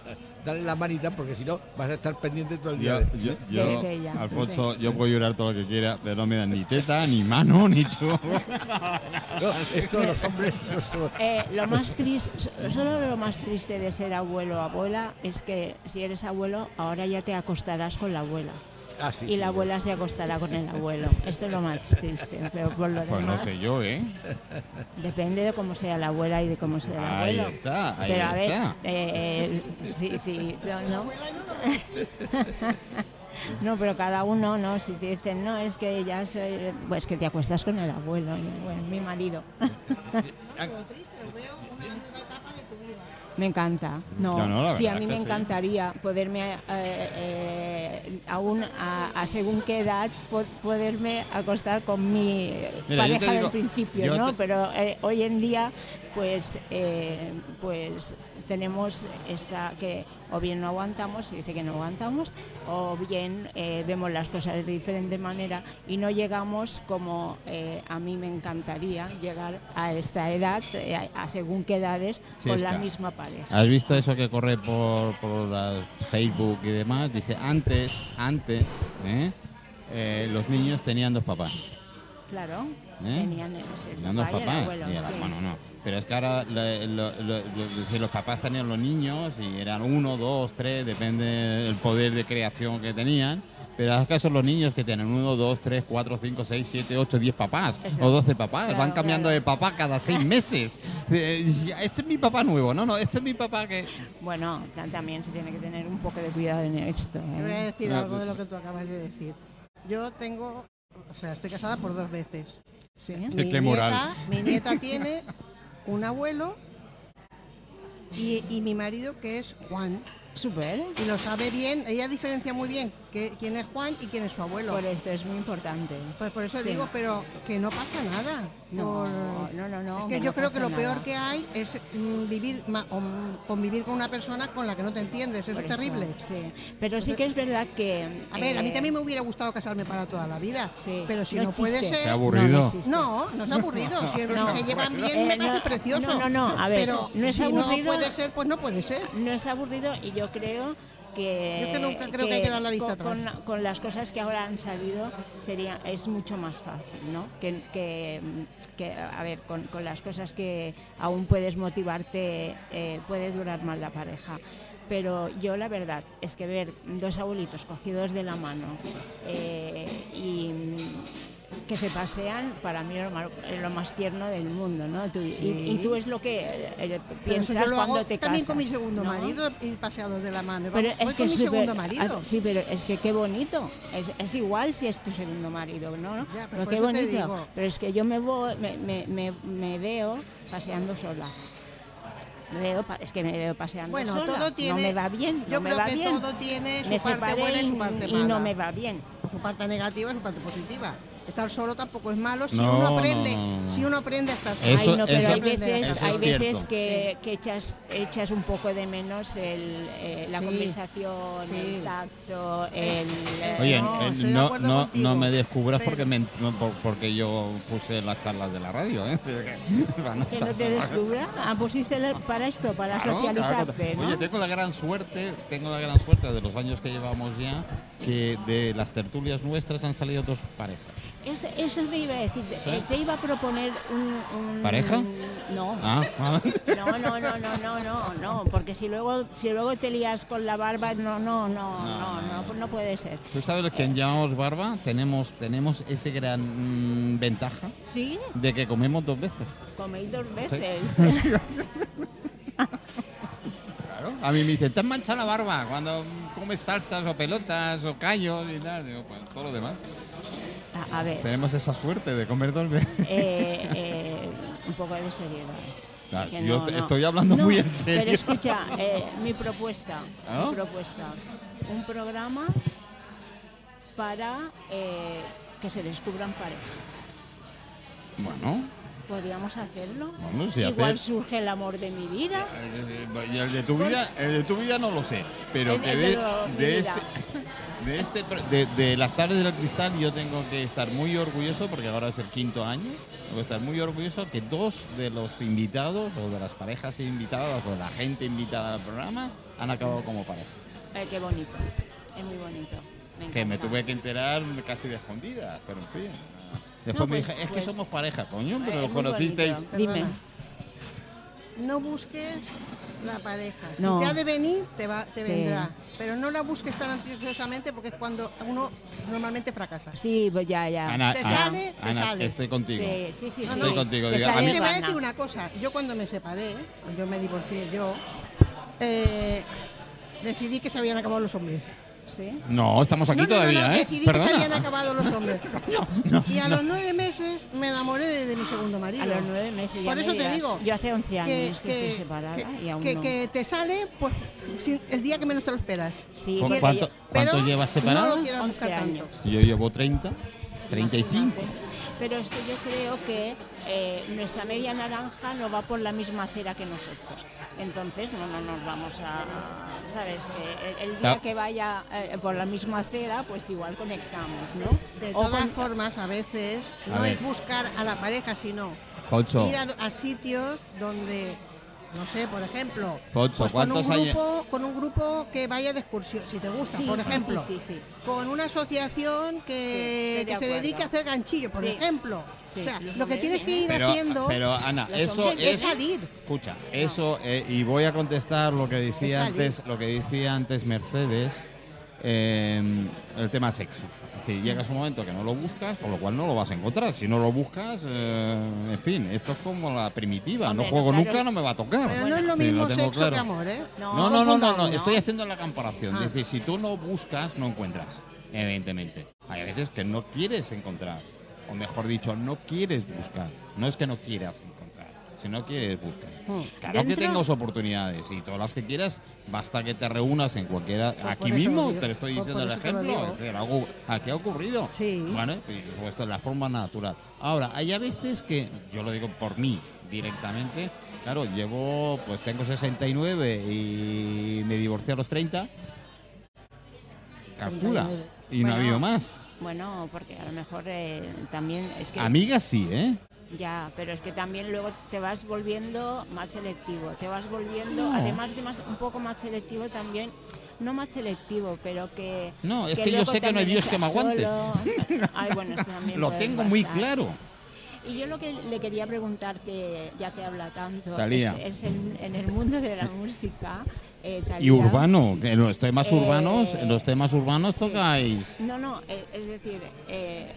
dale la manita porque si no vas a estar pendiente todo el día.
Yo,
de-
yo- yo,
de ella,
Alfonso, yo puedo llorar todo lo que quiera, pero no me dan ni teta, ni mano, ni chulo.
No, esto los hombres no somos-
Eh, lo más triste, solo lo más triste de ser abuelo o abuela es que si eres abuelo, ahora ya te acostarás con la abuela.
Ah, sí,
Y la
sí,
abuela se acostará con el abuelo. Esto es lo más triste. Pero por lo
Pues no
demás,
sé yo, ¿eh?
depende de cómo sea la abuela y de cómo sea el
Ahí
abuelo.
está, ahí
Pero a ver,
está.
eh, eh, sí, sí, no, no. No, pero cada uno, ¿no? Si te dicen, no, es que ya soy, pues que te acuestas con el abuelo, y, bueno, mi marido. Me encanta. No,
No, no, la
sí, a
verdad
mí
que
me
sí.
encantaría poderme, eh, eh, aún a, a según qué edad, po- poderme acostar con mi
Mira, yo te
pareja
digo-
del principio,
yo
¿no?
te-
Pero eh, hoy en día, pues, eh, pues tenemos esta que o bien no aguantamos, se dice que no aguantamos, o bien eh, vemos las cosas de diferente manera y no llegamos como eh, a mí me encantaría llegar a esta edad, eh, a, a según qué edades,
Sí,
con
es
la
que-
misma pareja.
¿Has visto eso que corre por, por la Facebook y demás? Dice, antes, antes, ¿eh? Eh, los niños tenían dos papás.
Claro,
¿Eh?
tenían ese
Tenían dos
papá y el
papás.
abuelo,
Y era-
sí.
Bueno, no. Pero es que ahora la- lo- lo- lo- dice, los papás tenían los niños y eran uno, dos, tres, depende del poder de creación que tenían. Pero ahora es que son los niños que tienen uno, dos, tres, cuatro, cinco, seis, siete, ocho, diez papás
Exacto.
o doce papás.
Claro,
Van cambiando
claro.
de papá cada seis meses. Eh, Este es mi papá nuevo. No, no, este es mi papá que...
Bueno, ta- también se tiene que tener un poco de cuidado en esto.
Te voy a
¿eh?
decir
No,
algo
pues-
de lo que tú acabas de decir. Yo tengo, o sea, estoy casada por dos veces.
Sí.
Es que moral.
Nieta, mi nieta tiene un abuelo y, y mi marido que es Juan.
Súper.
Y lo sabe bien, ella diferencia muy bien que- quién es Juan y quién es su abuelo.
Por esto es muy importante.
Pues por eso
Sí.
digo, pero que no pasa nada.
No,
Por-
no, no, no,
Es que
que
yo
no
creo
pasa
que lo peor
nada.
que hay es mm, vivir ma- o, mm, convivir con una persona con la que no te entiendes. Eso
Por
es
esto,
terrible.
sí. Pero sí que es verdad que.
A ver, a mí
eh,
también me hubiera gustado casarme para toda la vida.
Sí.
Pero si
No
no, puede
existe.
Qué
ser.
aburrido.
No, no existe.
No, no es aburrido. Si, si
No.
se llevan bien, me
Eh,
parece
no,
precioso.
no, no, no, a ver,
pero
no es
si
aburrido.
no puede ser, pues no puede ser.
no es aburrido y yo creo que
Yo que nunca creo que hay que dar la vista
con,
atrás.
con- con las cosas que ahora han sabido sería es mucho más fácil no que, que- que, a ver con, con las cosas que aún puedes motivarte eh, puede durar más la pareja pero yo la verdad es que ver dos abuelitos cogidos de la mano eh, y mm, que se pasean para mí es lo más, es lo más tierno del mundo no Tú- y- y, tú es lo que eh, eh,
Pero eso
piensas
yo lo hago
cuando te casas
también con mi segundo
¿no?
marido y paseados de la mano.
Pero
Vamos, voy
es que
con mi
es súper-
segundo marido.
ah, sí, pero es que qué bonito. Es, es igual si es tu segundo marido, ¿no? ¿no?
Ya, pues
pero
por
qué
eso te
bonito.
digo.
Pero es que yo me, voy, me, me, me, me veo paseando sola. Me veo, pa- es que me veo paseando
Bueno,
sola.
todo tiene.
No me va bien.
Yo
no me
creo
va
que
bien.
todo tiene su
me
parte
separé
buena y su
y-
parte
y
mala.
no me va bien.
Su parte negativa y su parte positiva. Estar solo tampoco es malo si
No,
uno aprende,
no, no, no.
si uno aprende a estar solo.
Eso-
Ay, no, pero
eso-
hay veces,
eso es
hay veces
cierto.
que, que echas, echas un poco de menos el, eh, la
Sí,
conversación,
sí.
el tacto, el...
Oye,
No,
eh,
estoy de
no,
acuerdo
no-
contigo.
no me descubras
Pero-
porque, me ent- no, por- porque yo puse las charlas de la radio. ¿eh? Para no
Que no te
estar-
descubra. Ah, pusiste la- para esto, para
Claro, claro,
socializarte,
claro.
¿no?
Oye, tengo la gran suerte, tengo la gran suerte de los años que llevamos ya, que de las tertulias nuestras han salido dos parejas.
Eso, eso te iba a decir. eh, Te iba a proponer un. un-
¿Pareja?
No.
Ah, ah.
No, no, no, no, no, no, no, porque si luego, si luego te lías con la barba, no, no, no, no, no, no, puede ser.
¿Tú sabes que en llamamos barba tenemos, tenemos ese gran mm, ventaja
Sí,
de que comemos dos veces?
coméis dos veces.
Claro. A mí me dicen, te has manchado la barba cuando comes salsas o pelotas o callos y tal. Digo, pues todo lo demás.
A, a ver,
Tenemos esa suerte de comer dos veces.
eh, eh, un poco de seriedad.
Claro,
Que
si yo
no,
te-
no.
estoy hablando
No,
muy en serio.
Pero escucha, eh, mi propuesta,
¿Ah, no?
mi propuesta, un programa para eh, que se descubran parejas.
Bueno,
¿Podríamos hacerlo?
Vamos, sí,
Igual
hacer.
surge el amor de mi vida.
el de- y el de tu vida, el de tu vida no lo sé, pero
El-
que
el
de,
de lo- mi
de
vida.
este, de, este pro- de- de las tardes del cristal yo tengo que estar muy orgulloso porque ahora es el quinto año. Tengo que estar muy orgulloso que dos de los invitados o de las parejas invitadas o la gente invitada al programa han acabado como pareja.
Eh, qué bonito, es muy bonito. Me
Que me
encanta.
tuve que enterar casi de escondidas, pero en fin. Después
No,
me
pues-
dije, es que
pues-
somos pareja, coño, pero
Eh,
los
muy
conocisteis.
bonito. Dime.
No busques la pareja. Si
No.
te ha de venir, te, va, te
Sí.
vendrá. Pero no la busques tan ansiosamente porque es cuando uno normalmente fracasa.
Sí, pues ya, ya.
Ana,
Te
Ana,
sale, te
Ana,
sale.
estoy contigo.
Sí, sí, sí.
Estoy
sí.
contigo,
Te
diga,
sale
a mí-
Te voy a
vana.
decir una cosa. Yo cuando me separé, yo me divorcié yo, eh, decidí que se habían acabado los hombres.
Sí.
No, estamos aquí
no, no,
todavía,
no, no,
¿eh?
decidí que se habían
Perdona.
acabado los hombres. y a los nueve meses me enamoré de, de mi segundo marido.
A los nueve meses ya
Por
me
eso te
dirás.
digo.
Yo hace 11 años que,
que-
estoy separada
que-
y aún
que-
no.
que te sale pues sin- el día que menos te lo esperas.
Sí,
¿Cu-
pues porque
cuánto-
yo-
cuánto
Pero
llevas separada?
No lo quieras
11
buscar tanto.
años.
Yo llevo 30, 35.
Pero es que yo creo que eh, nuestra media naranja no va por la misma acera que nosotros. Entonces no, no nos vamos a, a- ¿sabes? Eh, el, el día
Ta-
que vaya eh, por la misma acera, pues igual conectamos, ¿no?
De
O
todas
con-
formas, a veces
A
no
ver.
es buscar a la pareja, sino
Jocho.
ir a, a sitios donde, no sé, por ejemplo,
Jocho,
pues con, un
¿cuántos años?
grupo, con un grupo que vaya de excursión, si te gusta,
Sí,
por
sí,
ejemplo,
sí, sí, sí.
con una asociación
Sí,
que,
estoy de
que se
acuerdo.
dedique a hacer ganchillo, por
Sí.
ejemplo.
Sí.
O sea,
Los
lo que
hombres,
tienes que ir
Pero,
haciendo
pero, Ana,
Los
eso
hombres
es
es salir.
Escucha, eso eh, y voy a contestar lo que
Es
decía
salir.
antes, lo que decía antes Mercedes, eh, el tema sexo. Es decir, llegas un momento que no lo buscas, con lo cual no lo vas a encontrar. Si no lo buscas, eh, en fin, esto es como la primitiva. no
Hombre, no,
juego
claro.
nunca, no me va a tocar.
Pero no es lo
Sí,
mismo
tengo
sexo que
claro.
amor, ¿eh?
No,
No, no, no, no, no,
confundamos, ¿no?
estoy haciendo la comparación.
Ah.
Es decir, si tú no buscas, no encuentras, evidentemente. Hay veces que no quieres encontrar, o mejor dicho, no quieres buscar. No es que no quieras encontrar, si no quieres buscar.
Mm.
Claro que
Dentro-
tengas oportunidades y todas las que quieras, basta que te reúnas en cualquiera. aquí
Pues por eso
mismo
lo digo, Pues
te lo estoy
por- por
diciendo el
eso te lo
ejemplo.
digo.
es decir, algo- aquí ha ocurrido.
Sí.
Bueno, y, pues, esta es la forma natural. Ahora, hay a veces que, yo lo digo por mí directamente, claro, llevo, pues tengo 69 y me divorcié a los 30. Calcula. Y no ha
Bueno.
habido más.
Bueno, porque a lo mejor eh, también es que...
Amigas sí, ¿eh?
Ya, pero es que también luego te vas volviendo más selectivo, te vas volviendo, además de más, un poco más selectivo también, no más selectivo, pero que...
No, es que yo
luego
sé que no hay
también
Dios que me
estás
aguante.
solo. Ay, bueno, eso también
Lo
puede
tengo muy
pasar.
claro.
Y yo lo que le quería preguntar, que ya que habla tanto,
Thalía.
es, es en, en el mundo de la música... eh,
Y
Thalía-
urbano, que en los temas
Eh,
urbanos, en los temas urbanos
sí.
tocáis.
No, no, eh, es decir, eh,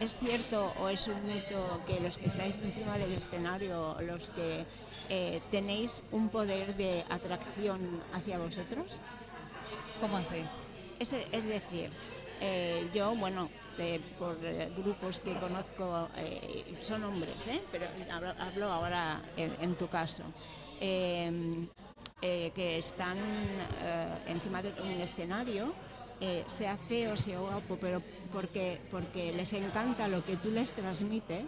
¿es cierto o es un mito que los que estáis encima del escenario, los que eh, tenéis un poder de atracción hacia vosotros?
¿Cómo así?
Es, es decir, eh, yo, bueno, de- por eh, grupos que conozco, eh, son hombres, ¿eh? pero hablo, hablo ahora en, en tu caso, eh, eh, que están eh, encima de un escenario, eh, sea feo, sea guapo, pero porque, porque les encanta lo que tú les transmites,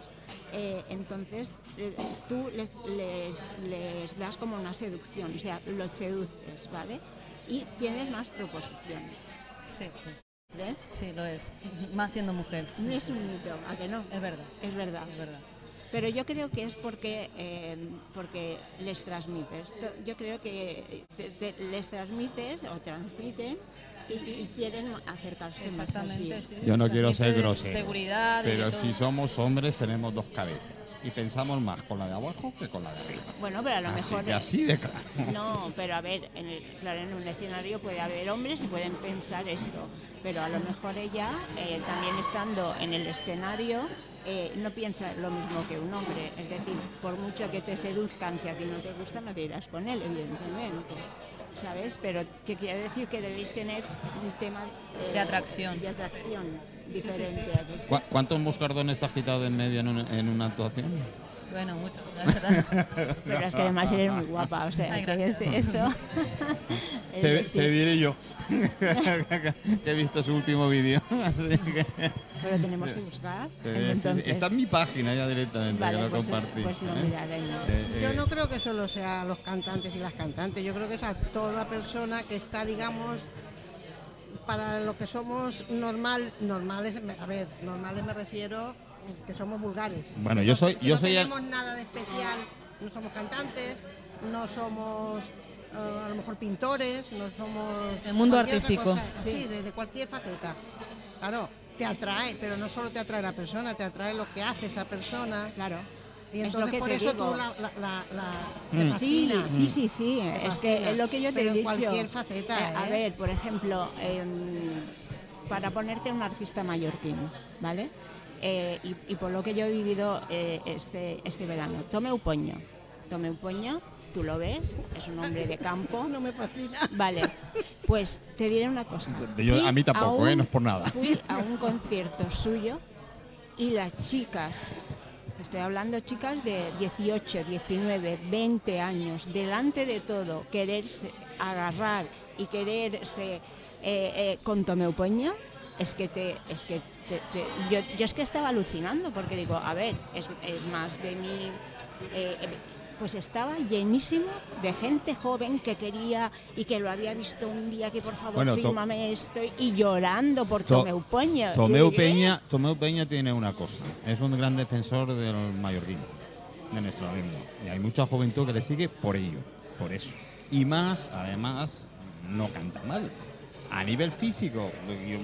eh, entonces eh, tú les, les, les das como una seducción, o sea, los seduces, ¿vale? y tienes más proposiciones.
Sí, sí,
¿Ves?
sí, lo es. Más siendo mujer. sí,
No es
sí,
un
sí.
mito, ¿a que no?
Es verdad,
Es verdad.
es verdad.
Pero yo creo que es porque, eh, porque les transmites. To- Yo creo que te- te- les transmites o transmiten y, y quieren acercarse
Exactamente,
más a ti.
sí.
Yo no quiero
Transmite
ser grosero.
Seguridad, y
Pero
todo.
si somos hombres tenemos dos cabezas y pensamos más con la de abajo que con la de arriba.
Bueno, pero a lo
Así
mejor...
que así de claro.
No, pero a ver, en el- claro, en un escenario puede haber hombres y pueden pensar esto, pero a lo mejor ella, eh, también estando en el escenario, eh, no piensa lo mismo que un hombre. Es decir, por mucho que te seduzcan, si a ti no te gusta, no te irás con él, evidentemente. ¿Sabes? Pero que quiere decir que debéis tener un tema eh,
De atracción.
De atracción diferente a que este.
¿Cu- ¿Cuántos moscardones te has quitado en medio en, un- en una actuación?
Bueno, muchos, la verdad.
Pero es que además eres muy guapa, o sea,
Ay,
que
gracias.
este- esto. es
Te,
decir,
te diré yo. que he visto su último vídeo. Así que-
pero tenemos que buscar.
Sí, sí, sí.
Entonces,
Está en mi página ya directamente,
Vale,
que lo
pues,
compartí.
pues lo
¿eh?
miraremos.
Eh, eh,
Yo no creo que solo sea a los cantantes y las cantantes, yo creo que es a toda persona que está, digamos, para lo que somos normal, normales, me- a ver, normales me refiero que somos vulgares.
Bueno,
Que
yo
no-
soy-
que
yo
no
soy el-
tenemos nada de especial, no somos cantantes, no somos eh, a lo mejor pintores, no somos
El mundo
cualquier otra
artístico.
cosa, sí, de, de cualquier faceta. Claro, te atrae, pero no solo te atrae la persona, te atrae lo que hace esa persona.
Claro.
Y
Es
entonces
lo que
por
te
eso
digo. Mm.
tú la, la, la, la-
Mm.
te
Sí,
fascina.
sí, sí, sí. Es que
fascina.
es lo que yo te
Pero
he
en
dicho.
cualquier faceta,
Eh, A
¿eh?
ver, por ejemplo, em, para ponerte un artista mallorquín, ¿vale? Eh, y, y por lo que yo he vivido eh, este, este verano. Tome un poño. Tome un poño, tú lo ves, es un hombre de campo.
No me fascina.
Vale, pues te diré una cosa.
Yo- a mí
Fui
tampoco, ¿eh? No es por nada.
Fui a un concierto suyo y las chicas, estoy hablando chicas de 18, 19, 20 años, delante de todo, quererse agarrar y quererse eh, eh, con Tomeu Poña, es que te... Es que te- te- yo, yo es que estaba alucinando porque digo, a ver, es, es más de mi... eh, eh, pues estaba llenísimo de gente joven que quería y que lo había visto un día que por favor
Bueno, to-
fírmame esto y llorando por
To-
Tomeu Peña.
Tomeu
Yo digo, ¿eh?
Peña, Tomeu Peña tiene una cosa, es un gran defensor del mallorquín, de nuestro ritmo. Y hay mucha juventud que le sigue por ello, por eso. Y más, además, no canta mal. A nivel físico, yo,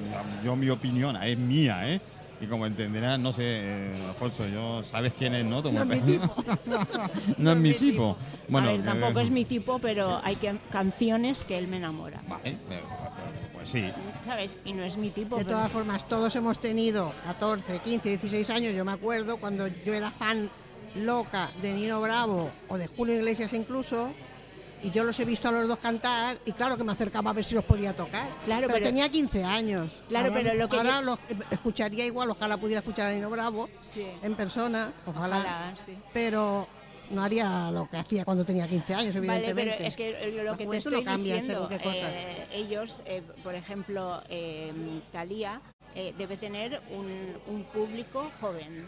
yo mi opinión es mía, ¿eh? Y como entenderás, no sé, eh, Alfonso, yo sabes quién es, ¿no? Tomeu
No es mi
Peña.
tipo.
no es mi tipo. Bueno,
a ver, tampoco
eh,
es mi tipo, pero hay que- canciones que él me enamora.
Vale, eh, pues- pues sí.
¿Sabes? Y no es mi tipo.
De
pero-
todas formas, todos hemos tenido 14, 15, 16 años. Yo me acuerdo cuando yo era fan loca de Nino Bravo o de Julio Iglesias incluso. Y yo los he visto a los dos cantar y claro que me acercaba a ver si los podía tocar.
Claro, pero-
tenía 15 años.
Claro,
ahora,
pero lo que
ahora
yo-
los eh, escucharía igual, ojalá pudiera escuchar a Nino Bravo
Sí.
en persona, ojalá.
Ojalá, sí.
Pero no haría lo que hacía cuando tenía 15 años,
Vale,
evidentemente.
pero es que lo-
La
lo que te
juventud
estoy
no cambia,
diciendo,
según qué cosas.
eh, ellos, eh, por ejemplo, eh, Thalía, eh, debe tener un, un público joven,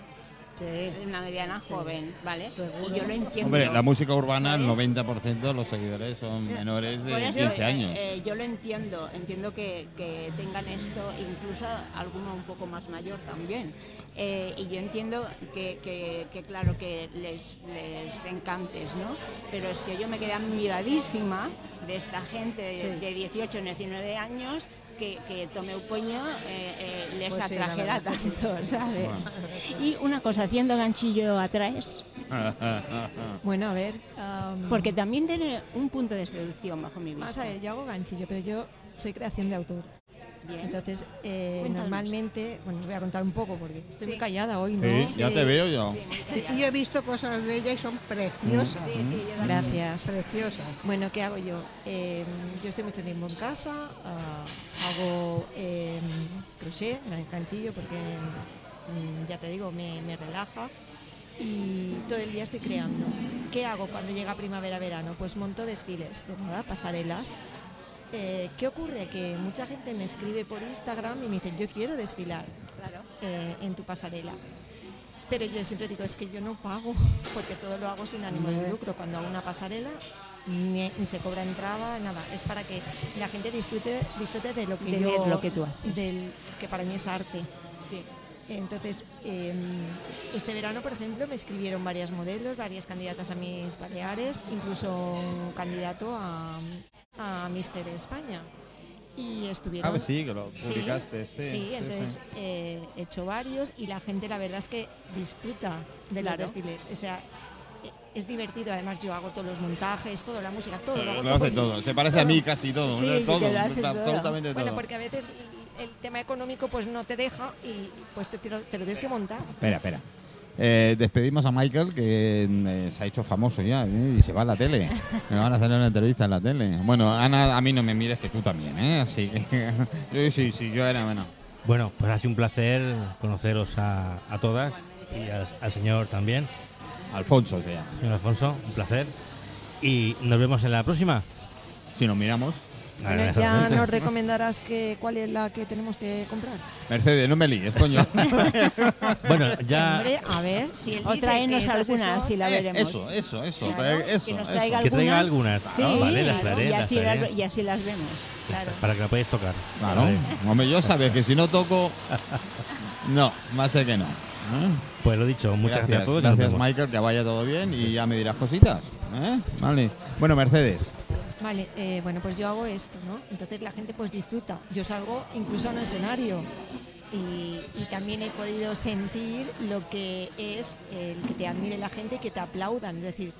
Sí.
una mediana joven, ¿vale.
Seguro.
Y yo lo entiendo.
Hombre, la música urbana, el
¿Sabes?
90% de los seguidores son menores de
Por eso,
15
eh,
años.
eh, yo lo entiendo, entiendo que, que tengan esto, incluso alguno un poco más mayor también. Eh, y yo entiendo que, que- que claro, que les, les encantes, ¿no? Pero es que yo me quedé admiradísima de esta gente de,
Sí.
de 18, 19 años que, que Tomeu Poño eh, eh, les
Pues sí, la
atrajera
verdad que sí.
tanto, ¿sabes? Y una cosa, haciendo ganchillo atrás,
Bueno, a ver. am,
porque también tiene un punto de seducción bajo mi vista.
Vamos a ver, yo hago ganchillo, pero yo soy creación de autor.
Bien.
Entonces, eh,
Cuéntanos.
normalmente, bueno, os voy a contar un poco porque estoy
Sí.
muy callada hoy, ¿no?
Sí, ya
sí.
te veo yo.
Y yo he visto cosas de ella y son preciosas.
Sí, sí, yo también.
Gracias.
Preciosas.
Bueno, ¿qué hago yo? Eh, yo estoy mucho tiempo en casa, ah, hago eh, crochet, no es ganchillo, porque mm, ya te digo, me, me relaja y todo el día estoy creando. ¿Qué hago cuando llega primavera-verano? Pues monto desfiles de moda, pasarelas. Eh, ¿Qué ocurre? Que mucha gente me escribe por Instagram y me dice, yo quiero desfilar
Claro.
eh, en tu pasarela. Pero yo siempre digo, es que yo no pago, porque todo lo hago sin ánimo de lucro. Cuando hago una pasarela, ni, ni se cobra entrada, nada. Es para que la gente disfrute, disfrute de lo que
De
yo...
ver lo que tú haces.
del- que para mí es arte.
Sí.
Entonces, eh, este verano, por ejemplo, me escribieron varias modelos, varias candidatas a mis Baleares, incluso un candidato a, a Mister España. Y estuvieron.
Ah, pues sí, que lo
Sí,
publicaste. Sí,
sí,
sí,
entonces
sí.
eh, he hecho varios y la gente la verdad es que disfruta de los desfiles. O sea, eh, es divertido. Además yo hago todos los montajes, toda la música, todo. hago
Lo hace todo, se parece a mí casi todo,
Sí,
todo,
que lo hace todo.
absolutamente
Bueno,
todo.
porque a veces el tema económico pues no te deja y pues te, te lo, te lo tienes que montar.
Espera, espera. Eh, despedimos a Michael que mm, se ha hecho famoso ya ¿eh? y se va a la tele. Me van a hacer una entrevista en la tele. Bueno, Ana, a mí no me mires que tú también, ¿eh? Así que yo sí, sí, yo era bueno.
Bueno, pues ha sido un placer conoceros a, a todas y al, al señor también,
Alfonso se llama.
señor Alfonso, un placer. Y nos vemos en la próxima.
Si nos miramos.
Bueno, ya nos recomendarás que cuál es la que tenemos que comprar.
Mercedes, no me líes, coño.
Bueno, ya
Hombre, a ver, si él
O
dice
tráenos
que esas
alguna,
son-
si la
Eh,
veremos.
eso, eso, eso.
Claro,
trae- eso,
que nos
eso.
traiga
que traiga algunas.
algunas. Sí,
Ah, vale, las
claro,
traeré,
y,
las
así
traeré.
las, y así las vemos. Claro.
Para que la podáis tocar.
Claro.
Vale.
Hombre, yo sabes que si no toco. No, más sé que no. ¿eh?
Pues lo dicho, muchas gracias, a todos. y nos
Gracias,
vemos.
Michael, que vaya todo bien y ya me dirás cositas. ¿eh? Vale. Bueno, Mercedes.
Vale, eh, bueno, pues yo hago esto, ¿no? Entonces la gente pues disfruta. Yo salgo incluso a un escenario y, y también he podido sentir lo que es el que te admire la gente y que te aplaudan. Es decir,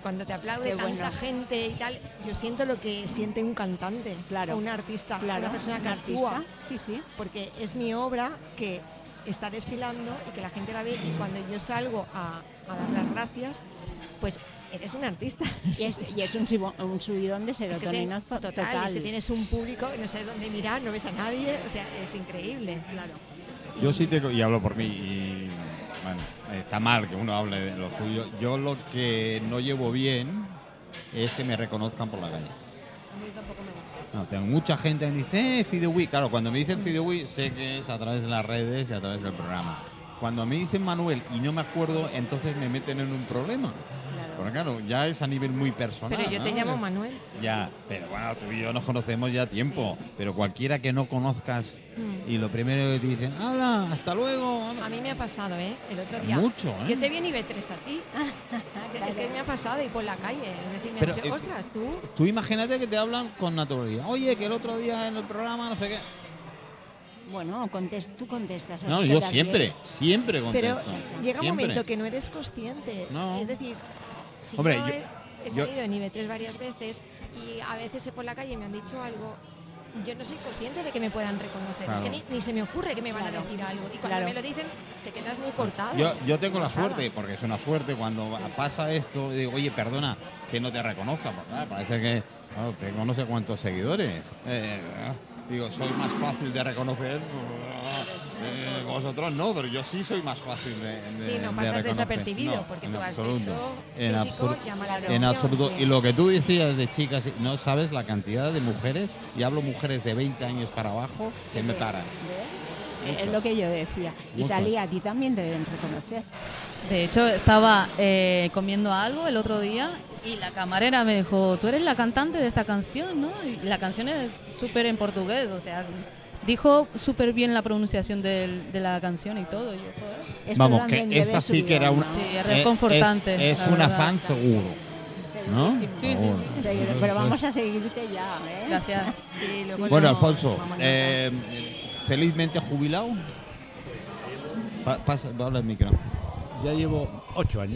cuando te aplaude
Qué bueno.
tanta gente y tal, yo siento lo que siente un cantante,
Claro.
o un artista,
Claro,
una persona que
un
actúa.
Sí, sí.
Porque es mi obra que está desfilando y que la gente la ve y cuando yo salgo a, a dar las gracias, pues eres un artista.
Y es, y es un, sibo- un subidón de
Es que, te-
serotonina fo-
total, es que tienes un público y no sabes dónde mirar, no ves a nadie, o sea, es increíble.
Claro.
Yo sí te. Y hablo por mí. Y, bueno, está mal que uno hable de lo suyo. Yo lo que no llevo bien es que me reconozcan por la calle. No, tengo mucha gente que me dice, eh, Fidewi. Claro, cuando me dicen Fidewi, sé que es a través de las redes y a través del programa. Cuando me dicen Manuel y no me acuerdo, entonces me meten en un problema. Porque claro, ya es a nivel muy personal.
Pero yo te
¿no?
llamo
Es-
Manuel.
Ya, pero bueno, tú y yo nos conocemos ya a tiempo. Pero cualquiera que no conozcas
Mm.
y lo primero que te dicen, hola, hasta luego.
A mí me ha pasado, ¿eh? El otro día.
Mucho, ¿eh?
Yo te vi en IB3 a ti. es que me ha pasado y por la calle. Es decir, me
Pero,
han dicho,
eh,
ostras, tú.
Tú imagínate que te hablan con naturalidad. Oye, que el otro día en el programa, no sé qué.
Bueno, contest, tú contestas.
No,
así
yo
que te
siempre, siempre
Pero
contesto.
llega un
Siempre.
momento que no eres consciente.
No.
Es decir, si
Hombre,
yo,
yo-
he, he
yo-
salido en IB3 varias veces y a veces por la calle me han dicho algo. Yo no soy consciente de que me puedan reconocer. Es
Claro.
que ni, ni se me ocurre que me van a
Claro.
decir algo. Y cuando
Claro.
me lo dicen, te quedas muy cortado.
Yo, yo tengo la
Cortada.
suerte, porque es una suerte cuando pasa esto, digo, oye, perdona que no te reconozca, porque ah, parece que claro, tengo no sé cuántos seguidores. Eh, ah, digo, soy más fácil de reconocer. ah, eh, vosotros no, pero yo sí soy más fácil de, de
Sí, no
de
pasas
reconocer.
desapercibido,
No,
porque
en
tu
absoluto.
aspecto
En
físico
absolu-
llama la
En
atención,
absoluto.
sí.
Y lo que tú decías de chicas, no sabes la cantidad de mujeres, y hablo mujeres de 20 años para abajo, que me paran.
¿Ves? Es lo que yo decía.
Muchas.
Italia, a ti también te deben reconocer.
De hecho, estaba eh, comiendo algo el otro día y la camarera me dijo, tú eres la cantante de esta canción, ¿no? Y la canción es súper en portugués, o sea, dijo súper bien la pronunciación del- de la canción y todo. Y yo, "Joder".
Esto
Vamos, que
también debe
esta sí
subidón,
que era una.
¿no?
Sí, es
eh,
reconfortante,
Es,
la
es una
verdad.
fan seguro. ¿No?
Sí, sí,
Seguro.
sí.
Sí, Pero vamos a seguirte ya, ¿eh?
Gracias.
Sí, luego
Bueno,
somos-
Alfonso,
somos
eh, felizmente jubilado. Pa- pasa, habla el micro.
Ya llevo ocho años.